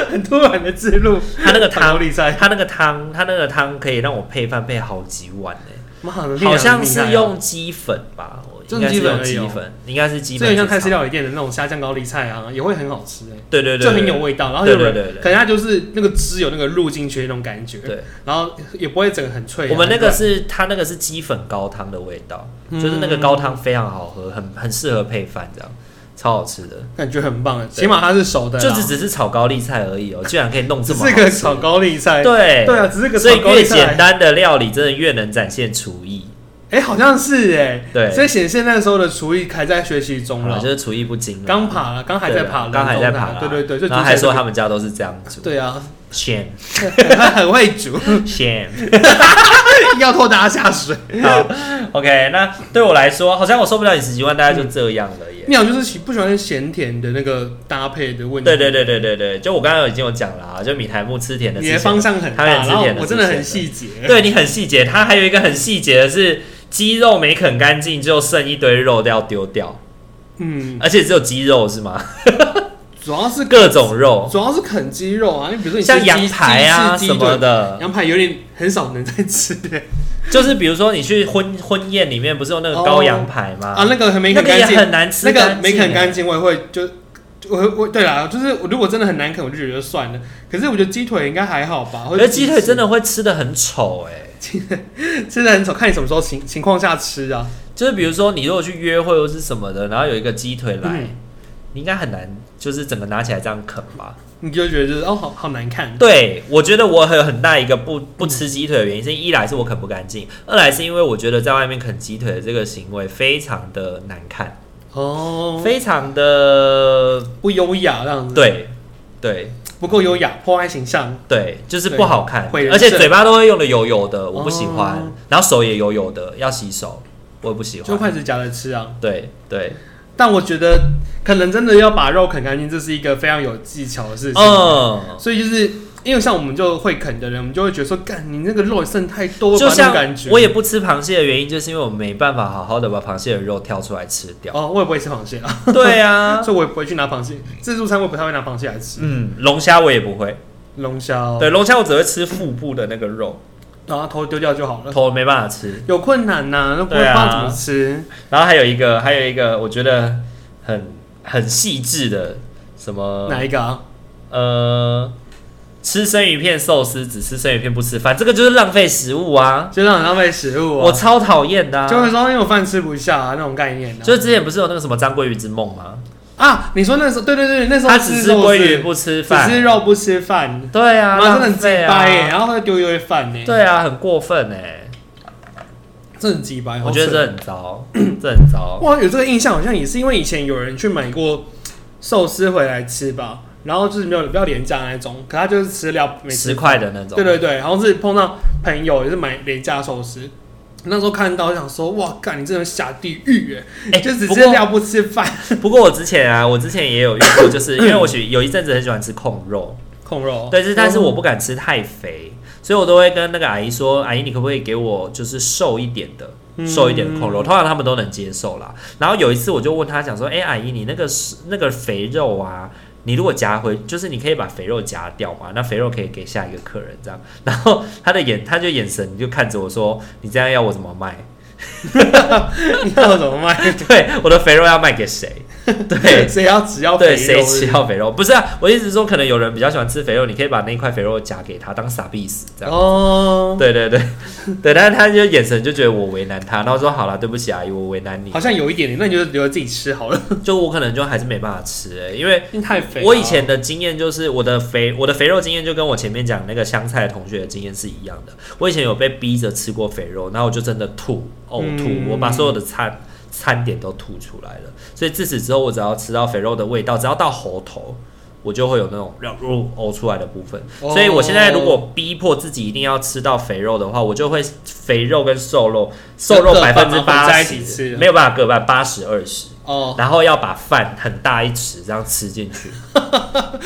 [SPEAKER 2] 很突然的植入
[SPEAKER 1] 它那个
[SPEAKER 2] 炒高
[SPEAKER 1] 汤
[SPEAKER 2] 丽菜，
[SPEAKER 1] 它那个汤，它那个汤可以让我配饭配好几碗呢、
[SPEAKER 2] 妈的，
[SPEAKER 1] 好像是
[SPEAKER 2] 啊
[SPEAKER 1] 用鸡粉吧，我应该是用
[SPEAKER 2] 这种鸡粉而已哦
[SPEAKER 1] 鸡粉，应该是鸡
[SPEAKER 2] 这
[SPEAKER 1] 粉
[SPEAKER 2] 很
[SPEAKER 1] 去
[SPEAKER 2] 像
[SPEAKER 1] 炒。
[SPEAKER 2] 泰式料理店的那种虾酱高丽菜啊，也会很好吃哎，
[SPEAKER 1] 对对对，
[SPEAKER 2] 就很
[SPEAKER 1] 对
[SPEAKER 2] 有味道，然后
[SPEAKER 1] 对
[SPEAKER 2] 有
[SPEAKER 1] 对
[SPEAKER 2] 人
[SPEAKER 1] 对对
[SPEAKER 2] 可能它就是那个汁有那个入进去的那种感觉，
[SPEAKER 1] 对，
[SPEAKER 2] 然后也不会整个很脆啊。
[SPEAKER 1] 我们那个
[SPEAKER 2] 很
[SPEAKER 1] 是它那个是鸡粉高汤的味道，
[SPEAKER 2] 嗯
[SPEAKER 1] 就是那个高汤非常好喝，很很适合配饭这样，超好吃的。
[SPEAKER 2] 软感觉很棒哎，起码它是熟的啦，
[SPEAKER 1] 就只只是炒高丽菜而已哦、居然可以弄这
[SPEAKER 2] 只
[SPEAKER 1] 么好
[SPEAKER 2] 是
[SPEAKER 1] 吃
[SPEAKER 2] 个炒高丽菜，
[SPEAKER 1] 对
[SPEAKER 2] 对啊，只是个
[SPEAKER 1] 所以
[SPEAKER 2] 炒高丽
[SPEAKER 1] 越
[SPEAKER 2] 菜
[SPEAKER 1] 简单的料理，真的越能展现厨艺。
[SPEAKER 2] 哎，好像是哎，
[SPEAKER 1] 对
[SPEAKER 2] 所以显现那时候的厨艺还在学习中
[SPEAKER 1] 好了，
[SPEAKER 2] 了
[SPEAKER 1] 就。是厨艺不精了，
[SPEAKER 2] 刚爬了，刚还在
[SPEAKER 1] 对啊
[SPEAKER 2] 爬了，
[SPEAKER 1] 刚还在爬啦，
[SPEAKER 2] 对对对，就
[SPEAKER 1] 然后还说他
[SPEAKER 2] 们
[SPEAKER 1] 们家都是这样煮，
[SPEAKER 2] 对啊， [laughs]
[SPEAKER 1] ，shame
[SPEAKER 2] 他很会煮， [laughs]
[SPEAKER 1] shame。
[SPEAKER 2] 要拖大家下
[SPEAKER 1] [laughs]
[SPEAKER 2] 水。
[SPEAKER 1] 好，OK，那对我来说，好像我受不了饮食习惯，大概就这样了耶。
[SPEAKER 2] 你
[SPEAKER 1] [laughs]
[SPEAKER 2] 好，就是喜不喜欢咸甜的那个搭配的问题？
[SPEAKER 1] 对对，对对对对，就我刚刚已经有讲了啊，就米苔木吃甜的，
[SPEAKER 2] 你
[SPEAKER 1] 吃
[SPEAKER 2] 的
[SPEAKER 1] 咸
[SPEAKER 2] 方向很大，
[SPEAKER 1] 他也吃
[SPEAKER 2] 然后
[SPEAKER 1] 甜的
[SPEAKER 2] 我真的
[SPEAKER 1] 吃
[SPEAKER 2] 很
[SPEAKER 1] 咸的
[SPEAKER 2] 细节。
[SPEAKER 1] 对你很细节，它还有一个很细节的是，鸡肉没啃干净就剩一堆肉要丢掉，
[SPEAKER 2] 嗯，
[SPEAKER 1] 而且只有鸡肉是吗？
[SPEAKER 2] 主要是
[SPEAKER 1] 各种肉，
[SPEAKER 2] 主要是啃鸡肉啊，你比如说你吃
[SPEAKER 1] 像
[SPEAKER 2] 鸡
[SPEAKER 1] 羊排啊
[SPEAKER 2] 鸡翅
[SPEAKER 1] 什么，
[SPEAKER 2] 鸡
[SPEAKER 1] 的
[SPEAKER 2] 腿，羊排有点很少能再吃
[SPEAKER 1] [laughs]
[SPEAKER 2] 的
[SPEAKER 1] 就是比如说你去婚婚宴里面不是有那个高羊排吗？
[SPEAKER 2] 哦啊，那个还没
[SPEAKER 1] 那
[SPEAKER 2] 啃
[SPEAKER 1] 个也
[SPEAKER 2] 干净，
[SPEAKER 1] 很难吃
[SPEAKER 2] 那
[SPEAKER 1] 干净欸，
[SPEAKER 2] 个没啃干净，我也会就。就我我对啦，就是我如果真的很难啃，我就觉得算了。可是我觉得鸡腿应该还好吧，或
[SPEAKER 1] 而
[SPEAKER 2] 者
[SPEAKER 1] 鸡腿真的会吃的很丑哎、
[SPEAKER 2] 吃的很少，看你什么时候情情况下吃啊。
[SPEAKER 1] 就是比如说你如果去约会或是什么的，然后有一个鸡腿来，
[SPEAKER 2] 嗯
[SPEAKER 1] 你应该很难，就是整个拿起来这样啃吧。
[SPEAKER 2] 你就觉得就是哦，好好难看。
[SPEAKER 1] 对，我觉得我很很大一个不
[SPEAKER 2] 嗯
[SPEAKER 1] 不吃鸡腿的原因是，一来是我啃不干净，二来是因为我觉得在外面啃鸡腿的这个行为非常的难看，
[SPEAKER 2] 哦，
[SPEAKER 1] 非常的
[SPEAKER 2] 不优雅这样子，，
[SPEAKER 1] 对对
[SPEAKER 2] 不够优雅，破坏形象。
[SPEAKER 1] 对，就是
[SPEAKER 2] 对
[SPEAKER 1] 不好看，
[SPEAKER 2] 毁人
[SPEAKER 1] 而且
[SPEAKER 2] 设
[SPEAKER 1] 嘴巴都会用的油油的，我不喜欢，
[SPEAKER 2] 哦
[SPEAKER 1] 然后手也油油的，要洗手，我也不喜
[SPEAKER 2] 就
[SPEAKER 1] 欢。
[SPEAKER 2] 筷子夹着吃啊，
[SPEAKER 1] 对对，
[SPEAKER 2] 但我觉得可能真的要把肉啃干净，这是一个非常有技巧的事情。
[SPEAKER 1] 嗯，
[SPEAKER 2] 所以就是因为像我们就会啃的人，我们就会觉得说，干你那个肉剩太多了吧，
[SPEAKER 1] 就
[SPEAKER 2] 那种
[SPEAKER 1] 像
[SPEAKER 2] 感觉。
[SPEAKER 1] 我也不吃螃蟹的原因，就是因为我没办法好好的把螃蟹的肉挑出来吃掉。 [laughs]
[SPEAKER 2] 哦，我也不会吃螃蟹啊，
[SPEAKER 1] 对啊，
[SPEAKER 2] 所以我也不会去拿螃蟹。自助餐我不太会拿螃蟹来吃，
[SPEAKER 1] 嗯，龙虾我也不会，
[SPEAKER 2] 龙虾哦，
[SPEAKER 1] 对，龙虾我只会吃腹部的那个肉，
[SPEAKER 2] 然后头丢掉就好了。
[SPEAKER 1] 头没办法吃。
[SPEAKER 2] 有困难呐、那不知
[SPEAKER 1] 对啊
[SPEAKER 2] 道怎么吃。
[SPEAKER 1] 然后还有一个，还有一个，我觉得很很细致的，什么
[SPEAKER 2] 哪一个啊？
[SPEAKER 1] 呃，吃生鱼片寿司，只吃生鱼片不吃饭，这个就是浪费食物啊！
[SPEAKER 2] 就让人浪费食物
[SPEAKER 1] 我
[SPEAKER 2] 啊，
[SPEAKER 1] 超讨厌的、啊。
[SPEAKER 2] 就会说因为我饭吃不下、啊、那种概念、啊。
[SPEAKER 1] 就是之前不是有那个什么张鲑鱼之梦吗？
[SPEAKER 2] 啊，你说那时候，对对对，那时候
[SPEAKER 1] 他只吃
[SPEAKER 2] 肉
[SPEAKER 1] 鲑
[SPEAKER 2] 是
[SPEAKER 1] 鱼不吃
[SPEAKER 2] 只吃
[SPEAKER 1] 饭，
[SPEAKER 2] 肉不吃饭，
[SPEAKER 1] 对啊，
[SPEAKER 2] 妈真的
[SPEAKER 1] 浪
[SPEAKER 2] 很鸡
[SPEAKER 1] 费
[SPEAKER 2] 掰耶，
[SPEAKER 1] 啊，
[SPEAKER 2] 然后他丢一堆饭呢，，
[SPEAKER 1] 对啊，很过分哎、
[SPEAKER 2] 这很鸡掰。
[SPEAKER 1] 我觉得
[SPEAKER 2] 好
[SPEAKER 1] 这
[SPEAKER 2] 扯
[SPEAKER 1] 很糟，这很糟。
[SPEAKER 2] 哇，有这个印象好像也是因为以前有人去买过寿司回来吃吧，然后就是没有比较廉价那种，可他就是吃了没
[SPEAKER 1] 十
[SPEAKER 2] 吃，
[SPEAKER 1] 块的那种，
[SPEAKER 2] 对对对，然后是碰到朋友也是买廉价寿司。那时候看到就想说，哇，干你这种下地狱耶！
[SPEAKER 1] 哎
[SPEAKER 2] 就只
[SPEAKER 1] 不
[SPEAKER 2] 吃
[SPEAKER 1] 过
[SPEAKER 2] 料不吃饭，
[SPEAKER 1] 不过我之前啊，我之前也有遇过，就是因为我喜有一阵子很喜欢吃控肉，
[SPEAKER 2] 控肉。
[SPEAKER 1] 对，是但是我不敢吃太肥，所以我都会跟那个阿姨说，阿姨你可不可以给我就是瘦一点的。
[SPEAKER 2] 嗯
[SPEAKER 1] 瘦一点的控肉，通常他们都能接受啦。然后有一次我就问她讲说：“哎、阿姨，你那个是那个肥肉啊，你如果夹回，就是你可以把肥肉夹掉嘛，那肥肉可以给下一个客人这样。”然后她的眼，她就眼神就看着我说：“你这样要我怎么卖？” [laughs]
[SPEAKER 2] 你要怎么卖？
[SPEAKER 1] 对，我的肥肉要卖给谁？对，
[SPEAKER 2] [laughs] 谁要只要
[SPEAKER 1] 对，
[SPEAKER 2] 肥
[SPEAKER 1] 谁
[SPEAKER 2] 肉是不是
[SPEAKER 1] 吃到肥肉？不是啊，我一直说可能有人比较喜欢吃肥肉，你可以把那一块肥肉夹给他当傻逼死这样。
[SPEAKER 2] 哦，
[SPEAKER 1] 对对对 [laughs] 对，但是他就眼神就觉得我为难他，然后说好了，对不起阿姨，我为难你。
[SPEAKER 2] 好像有一点点，那你就留着自己吃好了，
[SPEAKER 1] 就我可能就还是没办法吃、 [laughs] 欸，因为
[SPEAKER 2] 因为太肥了。
[SPEAKER 1] 我以前的经验就是我的肥我的肥肉经验就跟我前面讲那个香菜同学的经验是一样的。我以前有被逼着吃过肥肉，然后我就真的吐呕吐，
[SPEAKER 2] 嗯
[SPEAKER 1] 我把所有的餐餐点都吐出来了。所以自此之后，我只要吃到肥肉的味道，只要到喉头。我就会有那种让肉呕出来的部分，
[SPEAKER 2] 哦
[SPEAKER 1] 所以我现在如果逼迫自己一定要吃到肥肉的话，我就会肥肉跟瘦肉，瘦肉
[SPEAKER 2] 各
[SPEAKER 1] 百
[SPEAKER 2] 半
[SPEAKER 1] 分
[SPEAKER 2] 嘛混
[SPEAKER 1] 之八
[SPEAKER 2] 在一起吃
[SPEAKER 1] 十，没有办法各半，八十二十，
[SPEAKER 2] 哦，
[SPEAKER 1] 然后要把饭很大一匙这样吃进去。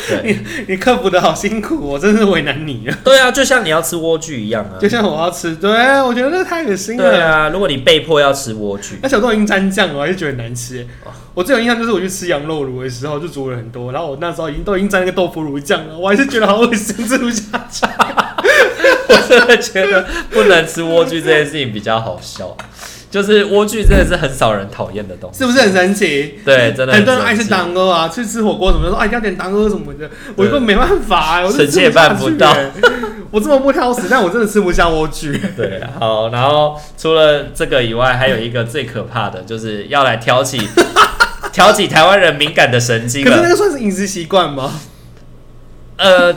[SPEAKER 1] 对
[SPEAKER 2] 你克服的好辛苦，我真是为难你了。
[SPEAKER 1] 对啊，就像你要吃莴苣一样啊
[SPEAKER 2] 就。像我要吃，对我觉得那太恶心
[SPEAKER 1] 对
[SPEAKER 2] 了。
[SPEAKER 1] 啊，如果你被迫要吃莴苣， [laughs]
[SPEAKER 2] 而且我都已经沾酱了，我还是觉得很难吃。欸
[SPEAKER 1] 哦
[SPEAKER 2] 我最有印象就是我去吃羊肉炉的时候，就煮了很多，然后我那时候已经都已经沾那个豆腐乳酱了，我还是觉得好恶心，吃不下去。
[SPEAKER 1] 我真的觉得不能吃莴苣这件事情比较好笑。就是莴苣真的是很少人讨厌的东西，
[SPEAKER 2] 是不是很神奇？
[SPEAKER 1] 对真的很
[SPEAKER 2] 很多人爱吃
[SPEAKER 1] 神奇
[SPEAKER 2] 党鹅啊，去吃火锅什么的，说哎要点党鹅什么的，我
[SPEAKER 1] 对
[SPEAKER 2] 根本没办法、欸我
[SPEAKER 1] 臣妾办不到
[SPEAKER 2] 到。欸我这么不挑食，但我真的吃不下
[SPEAKER 1] [laughs]
[SPEAKER 2] 莴苣。
[SPEAKER 1] 对，好，然后除了这个以外，还有一个最可怕的，就是要来挑起 [laughs] 挑起台湾人敏感的神经啊
[SPEAKER 2] 可是那
[SPEAKER 1] 了。
[SPEAKER 2] 个算是饮食习惯吗？
[SPEAKER 1] 呃，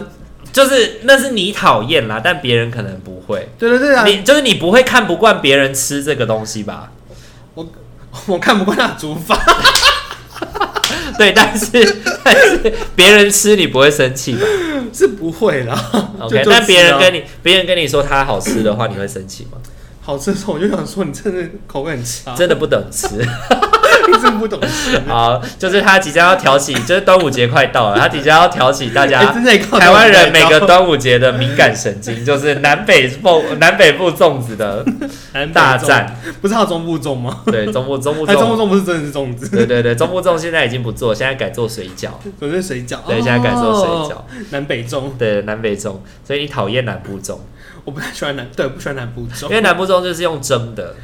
[SPEAKER 1] 就是那是你讨厌啦，但别人可能不会。
[SPEAKER 2] 对对对啊，
[SPEAKER 1] 你就是你不会看不惯别人吃这个东西吧？
[SPEAKER 2] 我我看不惯他的煮法，
[SPEAKER 1] [laughs] 对，但是但是别人吃你不会生气
[SPEAKER 2] [laughs]
[SPEAKER 1] 吧
[SPEAKER 2] 是不会啦。
[SPEAKER 1] ？OK，
[SPEAKER 2] 就啊
[SPEAKER 1] 但别人跟
[SPEAKER 2] 你
[SPEAKER 1] 你别人跟你说它好吃的话，你会生气吗？
[SPEAKER 2] 好吃的时候，我就想说你真的口味很差， [laughs]
[SPEAKER 1] 真的不等吃。 [laughs]
[SPEAKER 2] 你真的不懂啊吃。
[SPEAKER 1] 好，就是他即将要挑起，就是端午节快到了，他即将要挑起大
[SPEAKER 2] 哎
[SPEAKER 1] 家
[SPEAKER 2] 真的靠
[SPEAKER 1] 台湾人每个端午节的敏感神经，就是南
[SPEAKER 2] [laughs]
[SPEAKER 1] 北部南北部粽子的大战。
[SPEAKER 2] 不是还有中部粽吗？
[SPEAKER 1] 对，中部中部
[SPEAKER 2] 哎，中部
[SPEAKER 1] 粽。
[SPEAKER 2] 粽不是真的是粽子，
[SPEAKER 1] 对对对，中部粽现在已经不做，现在改做水饺。
[SPEAKER 2] 总是水饺。
[SPEAKER 1] 对，现在改做水饺
[SPEAKER 2] 哦。。南北粽，
[SPEAKER 1] 对，南北粽，所以你讨厌南部粽，
[SPEAKER 2] 我不太喜欢南，对，不喜欢南部粽
[SPEAKER 1] 因。为南部粽就是用蒸的。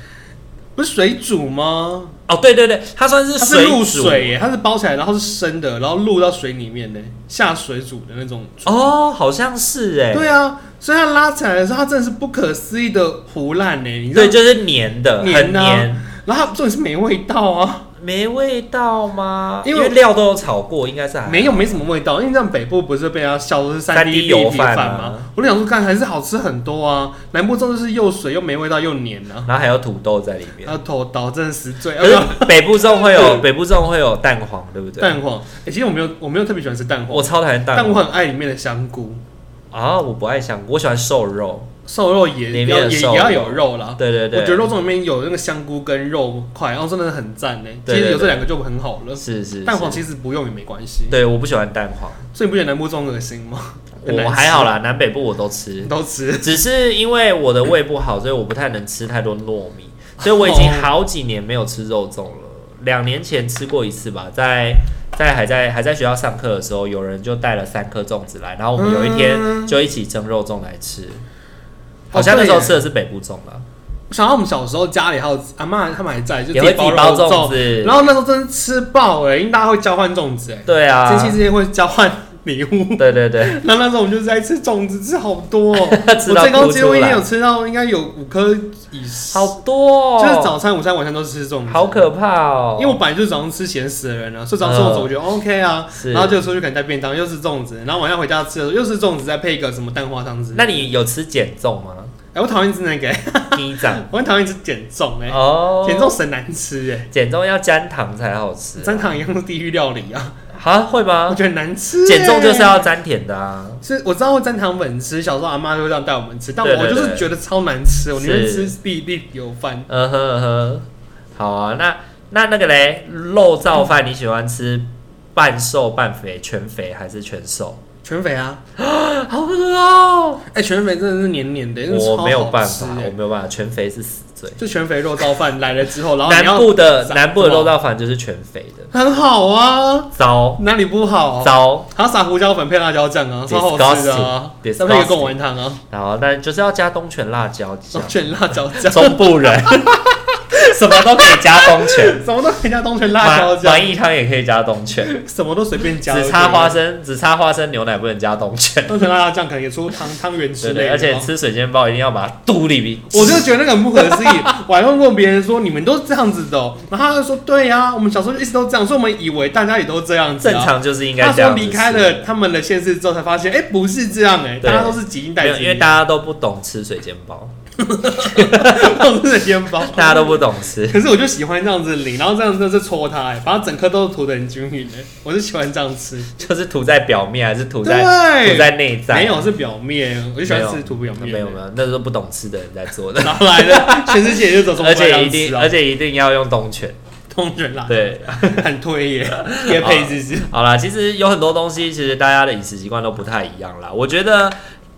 [SPEAKER 2] 不是水煮吗？
[SPEAKER 1] 哦，对对对，它算是
[SPEAKER 2] 它是
[SPEAKER 1] 水
[SPEAKER 2] 露
[SPEAKER 1] 煮。
[SPEAKER 2] 水耶，它是包起来，然后是生的，然后露到水里面的，下水煮的那种。
[SPEAKER 1] 哦，好像是哎。
[SPEAKER 2] 对啊，所以它拉起来的时候，它真的是不可思议的糊烂呢。你知道
[SPEAKER 1] 对，就是黏的，很
[SPEAKER 2] 黏啊
[SPEAKER 1] 黏，
[SPEAKER 2] 然后它重点是没味道啊，
[SPEAKER 1] 没味道吗？
[SPEAKER 2] 因
[SPEAKER 1] 因
[SPEAKER 2] 为
[SPEAKER 1] 为料都有炒过，应该是还好
[SPEAKER 2] 没有没什么味道，因为这样北部不是被人家笑说是三
[SPEAKER 1] 3D
[SPEAKER 2] 油
[SPEAKER 1] 油饭
[SPEAKER 2] 吗？
[SPEAKER 1] 啊
[SPEAKER 2] 我就想说，看还是好吃很多啊。南部粽就是又水又没味道又黏啊，
[SPEAKER 1] 然后还有土豆在里面。
[SPEAKER 2] 然后头倒真的是罪。
[SPEAKER 1] 可
[SPEAKER 2] 啊
[SPEAKER 1] 是北部粽会有北部粽会有蛋黄，对不对？啊
[SPEAKER 2] 蛋黄，哎、其实我没有我没有特别喜欢吃蛋黄，
[SPEAKER 1] 我超讨厌蛋
[SPEAKER 2] 但
[SPEAKER 1] 黄。
[SPEAKER 2] 我很爱里面的香菇。
[SPEAKER 1] 啊，我不爱香菇，我喜欢瘦肉。
[SPEAKER 2] 瘦肉也
[SPEAKER 1] 里面
[SPEAKER 2] 要
[SPEAKER 1] 的
[SPEAKER 2] 也
[SPEAKER 1] 瘦
[SPEAKER 2] 也要
[SPEAKER 1] 肉
[SPEAKER 2] 有肉啦。
[SPEAKER 1] 对对对，
[SPEAKER 2] 啊我觉得肉粽里面有那个香菇跟肉块，然后真的是很赞呢。其
[SPEAKER 1] 对对
[SPEAKER 2] 实有这
[SPEAKER 1] 对
[SPEAKER 2] 两个就很好了。
[SPEAKER 1] 是是
[SPEAKER 2] 蛋黄
[SPEAKER 1] 是
[SPEAKER 2] 其实不用也没关系，
[SPEAKER 1] 对，我不喜欢蛋黄，
[SPEAKER 2] 所以你不觉得南部粽恶心吗？很难
[SPEAKER 1] 我
[SPEAKER 2] 吃
[SPEAKER 1] 还好啦，南北部我都
[SPEAKER 2] 你
[SPEAKER 1] 吃，
[SPEAKER 2] 都吃，
[SPEAKER 1] 只是因为我的胃不好，所以我不太能吃太多糯米，所以我已经好几年没有吃肉粽了。两年前吃过一次吧，在在还在还在学校上课的时候，有人就带了三颗粽子来，然后我们有一天
[SPEAKER 2] 嗯哦
[SPEAKER 1] 就一起蒸肉粽来吃。
[SPEAKER 2] 好
[SPEAKER 1] 好像那时候
[SPEAKER 2] 对耶
[SPEAKER 1] 吃的是北部粽吧，
[SPEAKER 2] 我想到我们小时候家里还有阿妈他们还在，就
[SPEAKER 1] 也会自己包
[SPEAKER 2] 肉
[SPEAKER 1] 粽子
[SPEAKER 2] 然。后那时候真是吃爆哎、因为大家会交换粽子哎、
[SPEAKER 1] 对啊，
[SPEAKER 2] 亲戚之间会交换礼物。 [laughs]
[SPEAKER 1] 对对对，
[SPEAKER 2] 那那时候我们就是在吃粽子，吃好多、哦。
[SPEAKER 1] [laughs] 吃
[SPEAKER 2] 我
[SPEAKER 1] 到
[SPEAKER 2] 最高
[SPEAKER 1] 哭
[SPEAKER 2] 纪录
[SPEAKER 1] 出
[SPEAKER 2] 应该
[SPEAKER 1] 来
[SPEAKER 2] 有，吃到应该有五颗以上，
[SPEAKER 1] 好多、哦，
[SPEAKER 2] 就是早餐、午餐、晚餐都吃粽子。
[SPEAKER 1] 好可怕哦，嗯
[SPEAKER 2] 因为我本来就是早上吃咸死的人啊，所以早上吃粽子我觉得 OK 啊，
[SPEAKER 1] 是
[SPEAKER 2] 然后就出去可能带便当，又是粽子，然后晚上回家吃的时候又是粽子，再配一个什么蛋花汤之类的。
[SPEAKER 1] 那你有吃减重吗？
[SPEAKER 2] 哎、我讨厌吃那个、欸， [laughs]
[SPEAKER 1] 第一掌
[SPEAKER 2] 我很讨厌吃减重哎、
[SPEAKER 1] 哦，
[SPEAKER 2] 减重神难吃哎、
[SPEAKER 1] 减重要沾糖才好吃、
[SPEAKER 2] 三糖一样是地狱料理
[SPEAKER 1] [laughs]
[SPEAKER 2] 啊，
[SPEAKER 1] 啊会
[SPEAKER 2] 我
[SPEAKER 1] 吗？
[SPEAKER 2] 觉得很难吃、欸。
[SPEAKER 1] 减重就是要沾甜的啊，
[SPEAKER 2] 是我知道蘸糖粉吃，小时候阿妈就会这样带我们吃，但
[SPEAKER 1] 对对
[SPEAKER 2] 我就是
[SPEAKER 1] 对
[SPEAKER 2] 觉得超难吃，我宁愿吃
[SPEAKER 1] 是
[SPEAKER 2] 地地油饭。
[SPEAKER 1] 嗯哼嗯哼，好啊，那那那个嘞，肉燥饭你喜欢吃半瘦半肥、全肥还是全瘦？
[SPEAKER 2] 全肥啊！
[SPEAKER 1] 好饿哦，
[SPEAKER 2] 哎、全肥真的是黏黏的，真的超
[SPEAKER 1] 我没有
[SPEAKER 2] 好
[SPEAKER 1] 办
[SPEAKER 2] 吃
[SPEAKER 1] 法，
[SPEAKER 2] 欸
[SPEAKER 1] 我没有办法，全肥是死罪。
[SPEAKER 2] 就全肥肉燥饭来了之后，然后哦你
[SPEAKER 1] 南
[SPEAKER 2] 要
[SPEAKER 1] 部的
[SPEAKER 2] 撒
[SPEAKER 1] 南部的
[SPEAKER 2] 什么
[SPEAKER 1] 肉燥饭就是全肥的，
[SPEAKER 2] 很好啊，
[SPEAKER 1] 糟
[SPEAKER 2] 哪里不好？
[SPEAKER 1] 糟。
[SPEAKER 2] 还要撒胡椒粉配辣椒酱啊，超好吃的啊！
[SPEAKER 1] Disgusting，
[SPEAKER 2] 再配一个贡丸汤啊，
[SPEAKER 1] 然后但就是要加东泉辣椒
[SPEAKER 2] [laughs] 然
[SPEAKER 1] 酱
[SPEAKER 2] 后，卷辣椒酱，
[SPEAKER 1] 中部人 [laughs] 什么都可以加东泉。
[SPEAKER 2] 什么都可以加东泉 [laughs] 辣椒
[SPEAKER 1] 麻麻
[SPEAKER 2] 酱，
[SPEAKER 1] 益汤也可以加冬卷，
[SPEAKER 2] 什么都啊随便加，
[SPEAKER 1] 只差花。生，只差花生牛奶不能加冬卷。
[SPEAKER 2] 东泉辣椒酱可能也出汤汤圆之
[SPEAKER 1] 对
[SPEAKER 2] 类
[SPEAKER 1] 对，
[SPEAKER 2] 的，哦
[SPEAKER 1] 而且吃水煎包一定要把它嘟里鼻。
[SPEAKER 2] 我就觉得那个很不可思议。 [laughs] 我还问过别人说：“你们都是这样子的哦、然后他就说：“对呀、我们小时候就一直都这样，所以我们以为大家也都这样子、啊。”
[SPEAKER 1] 正。常就是应该
[SPEAKER 2] 他
[SPEAKER 1] 这
[SPEAKER 2] 说
[SPEAKER 1] 样子吃。
[SPEAKER 2] 离开了他们的县市之后，才发现，哎、不是这样哎、
[SPEAKER 1] 对
[SPEAKER 2] 大家都是几应
[SPEAKER 1] 没
[SPEAKER 2] 代
[SPEAKER 1] 有，
[SPEAKER 2] 基
[SPEAKER 1] 因
[SPEAKER 2] 因，
[SPEAKER 1] 为大家都不懂吃水煎包，
[SPEAKER 2] 都是烟包。
[SPEAKER 1] [laughs] 大家都不懂吃。 [laughs]
[SPEAKER 2] 可是我就喜欢这样子淋，然后这样子就是搓它、哎，把它整颗都涂的很均匀哎、我是喜欢这样吃。
[SPEAKER 1] 就是涂在表面还是涂在
[SPEAKER 2] 对
[SPEAKER 1] 涂在内在？
[SPEAKER 2] 没有是表面，我就喜欢吃涂表面、
[SPEAKER 1] 没有没有，那都是不懂吃的人在
[SPEAKER 2] [laughs]，
[SPEAKER 1] 做的
[SPEAKER 2] 然后来的全世界就走中国
[SPEAKER 1] 而
[SPEAKER 2] 这
[SPEAKER 1] 且
[SPEAKER 2] 样
[SPEAKER 1] 一
[SPEAKER 2] 子
[SPEAKER 1] 定
[SPEAKER 2] 啊
[SPEAKER 1] 而，且一定要用冬卷。
[SPEAKER 2] 通人啦，
[SPEAKER 1] 对，
[SPEAKER 2] [laughs] 很推耶，也配自己。
[SPEAKER 1] 好啦，其实有很多东西，其实大家的饮食习惯都不太一样啦。我觉得，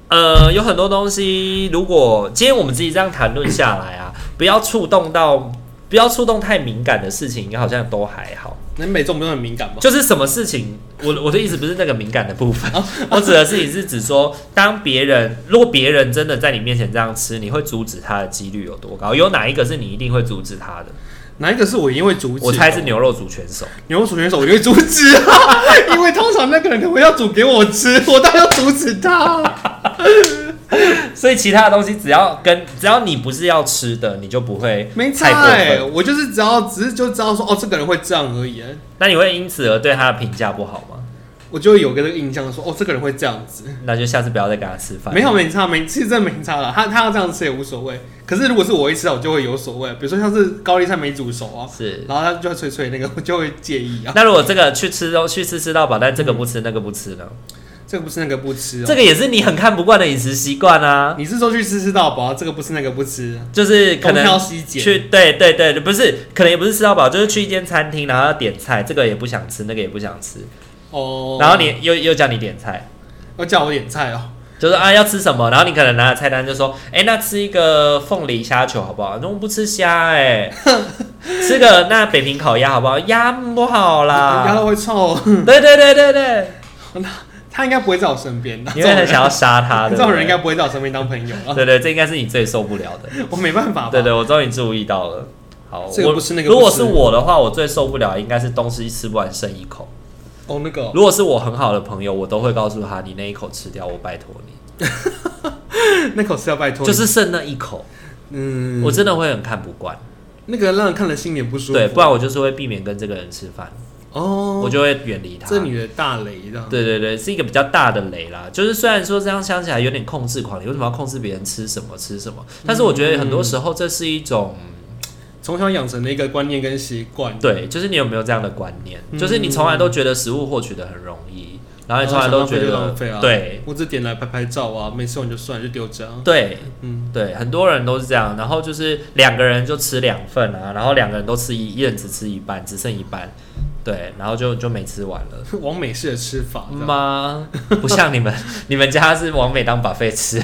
[SPEAKER 1] 呃，有很多东西，如果今天我们自己这样谈论下来啊，不要触动到，不要触动太敏感的事情，应该好像都还好。
[SPEAKER 2] 南美粽不是很敏感吗？
[SPEAKER 1] 就是什么事情，我我的意思不是那个敏感的部分， [laughs] 我指的事情是指说，当别人如果别人真的在你面前这样吃，你会阻止他的几率有多高？有哪一个是你一定会阻止他的？
[SPEAKER 2] 哪一个是我一定会阻止的？
[SPEAKER 1] 我猜是牛肉煮全熟。
[SPEAKER 2] 牛肉煮选手，我一定会阻止啊，因为通常那个人可能要煮给我吃，我当然要阻止他。
[SPEAKER 1] 所以其他的东西只要跟只要你不是要吃的，你就不会
[SPEAKER 2] 没菜，
[SPEAKER 1] 太过分。
[SPEAKER 2] 我就是只要只是就知道说哦，这个人会这样而已，
[SPEAKER 1] 那你会因此而对他的评价不好吗？
[SPEAKER 2] 我就会有个这个印象说哦，这个人会这样子。
[SPEAKER 1] 那就下次不要再跟他吃饭。
[SPEAKER 2] 没有没差，没其实真的没差了，他他要这样吃也无所谓。可是如果是我一吃到，我就会有所谓，比如说像是高丽菜没煮熟啊，
[SPEAKER 1] 是。
[SPEAKER 2] 然后他就会脆脆那个，我就会介意啊。
[SPEAKER 1] 那如果这个去吃都去吃吃到饱，但这个不吃那个不吃呢？
[SPEAKER 2] 这个不是那个不吃哦、
[SPEAKER 1] 这个也是你很看不惯的饮食习惯啊，
[SPEAKER 2] 你是说去吃吃到饱，这个不是那个不吃，
[SPEAKER 1] 就是可
[SPEAKER 2] 东挑
[SPEAKER 1] 能
[SPEAKER 2] 西拣。
[SPEAKER 1] 去对对对，不是可能也不是吃到饱，就是去一间餐厅，然后要点菜，这个也不想吃，那个也不想吃，
[SPEAKER 2] 哦，
[SPEAKER 1] 然后你又又叫你点菜，
[SPEAKER 2] 要叫我点菜哦，
[SPEAKER 1] 就是啊要吃什么，然后你可能拿了菜单就说，哎、那吃一个凤梨虾球好不好？那我不吃虾哎、 [laughs] 吃个那北平烤鸭好不好？鸭不好
[SPEAKER 2] 鸭
[SPEAKER 1] 啦，
[SPEAKER 2] 肉会臭，哦
[SPEAKER 1] 对对对对对，
[SPEAKER 2] [laughs] 他应该不会在我身边的。
[SPEAKER 1] 你
[SPEAKER 2] 这
[SPEAKER 1] 会
[SPEAKER 2] 种
[SPEAKER 1] 很
[SPEAKER 2] 人，
[SPEAKER 1] 想要杀它的，
[SPEAKER 2] 这种人应该不会在我身边当朋友了，
[SPEAKER 1] 对对，这应该是你最受不了的。
[SPEAKER 2] 我没办法吧？
[SPEAKER 1] 对对，我终于注意到了。好，
[SPEAKER 2] 这个
[SPEAKER 1] 我
[SPEAKER 2] 不吃那个
[SPEAKER 1] 如果
[SPEAKER 2] 不吃
[SPEAKER 1] 是我的话，我最受不了应该是东西吃不完剩一口。
[SPEAKER 2] 哦，那个哦
[SPEAKER 1] 如果是我很好的朋友，我都会告诉他，你那一口吃掉，我拜托你，
[SPEAKER 2] 那口是要拜托你，
[SPEAKER 1] 就是剩那一口，
[SPEAKER 2] 嗯，
[SPEAKER 1] 我真的会很看不惯。
[SPEAKER 2] 那个让人看了心里很不舒服。
[SPEAKER 1] 对，不然我就是会避免跟这个人吃饭，
[SPEAKER 2] 哦，
[SPEAKER 1] 我就会远离他。
[SPEAKER 2] 这女的大雷这样。
[SPEAKER 1] 对对对，是一个比较大的雷啦。就是虽然说这样想起来有点控制狂，你为什么要控制别人吃什么吃什
[SPEAKER 2] 嗯
[SPEAKER 1] 么？但是我觉得很多时候这是一种。
[SPEAKER 2] 从小养成的一个观念跟习惯。嗯
[SPEAKER 1] 对，就是你有没有这样的观念？就是你从来都觉得食物获取的很容易，然后
[SPEAKER 2] 然
[SPEAKER 1] 你从
[SPEAKER 2] 后想
[SPEAKER 1] 来都
[SPEAKER 2] 浪
[SPEAKER 1] 觉
[SPEAKER 2] 费就
[SPEAKER 1] 得
[SPEAKER 2] 浪费啊
[SPEAKER 1] 对
[SPEAKER 2] 我只点来拍拍照啊，没吃完就算了，就丢着啊。
[SPEAKER 1] 对
[SPEAKER 2] 嗯，
[SPEAKER 1] 对，很多人都是这样，然后就是两个人就吃两份啊，然后两个人都吃一，一人只吃一半，只剩一半，对，然后就就没吃完了。
[SPEAKER 2] 往美式的吃法，这样
[SPEAKER 1] 妈，不像你们，你们家是往美当 buffet 吃，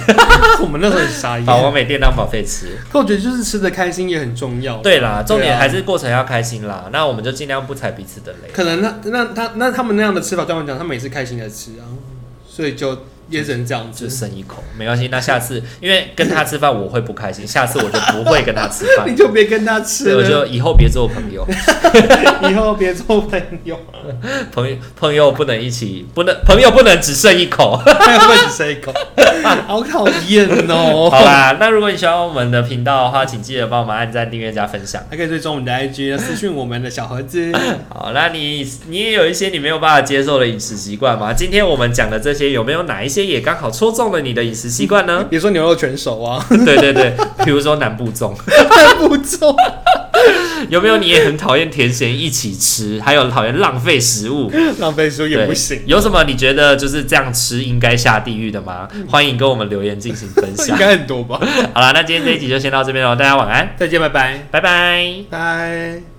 [SPEAKER 2] 我们那时候很傻眼。
[SPEAKER 1] 把往美店当 buffet 吃。
[SPEAKER 2] 可我觉得就是吃的开心也很重要。
[SPEAKER 1] 对啦，重点
[SPEAKER 2] 啊
[SPEAKER 1] 还是过程要开心啦。那我们就尽量不踩彼此的雷。
[SPEAKER 2] 可能那那他那他们那样的吃法，对我们讲，他们也是开心的吃啊，所以就也只能这样
[SPEAKER 1] 就
[SPEAKER 2] 子。
[SPEAKER 1] 剩一口，没关系。那下次因为跟他吃饭我会不开心，下次我就不会跟他吃
[SPEAKER 2] [laughs]
[SPEAKER 1] 饭
[SPEAKER 2] 你，就别跟他
[SPEAKER 1] 所
[SPEAKER 2] 吃
[SPEAKER 1] 以我
[SPEAKER 2] 了，
[SPEAKER 1] 就以后别做朋友， [laughs]
[SPEAKER 2] [laughs] 以后别做朋友，
[SPEAKER 1] 朋友朋友不能一起，不能朋友不能只剩一口。
[SPEAKER 2] 还会只吃一口， [laughs] 好讨厌哦。
[SPEAKER 1] [laughs] 好啦，那如果你喜欢我们的频道的话，请记得帮我们按赞、订阅、加分享。
[SPEAKER 2] 还可以追踪我们的 IG，私讯我们的小盒子。
[SPEAKER 1] 好，那你你也有一些你没有办法接受的饮食习惯吗？今天我们讲的这些，有没有哪一些也刚好戳中了你的饮食习惯呢
[SPEAKER 2] [laughs] ？比如说牛肉全熟啊， [laughs]
[SPEAKER 1] 对对对，比如说南部粽， [laughs]
[SPEAKER 2] 不错。
[SPEAKER 1] 有没有你也很讨厌甜咸一起吃，还有讨厌浪费食物？
[SPEAKER 2] 浪费书也
[SPEAKER 1] 对
[SPEAKER 2] 不行，
[SPEAKER 1] 有什么你觉得就是这样吃应该下地狱的吗？欢迎跟我们留言进行分
[SPEAKER 2] 嗯 [laughs] 应
[SPEAKER 1] 享。
[SPEAKER 2] 该很多吧？
[SPEAKER 1] 好啦，那今天这一集就先到这边喽，大家晚安，
[SPEAKER 2] 再见，拜拜，
[SPEAKER 1] 拜拜。
[SPEAKER 2] 拜。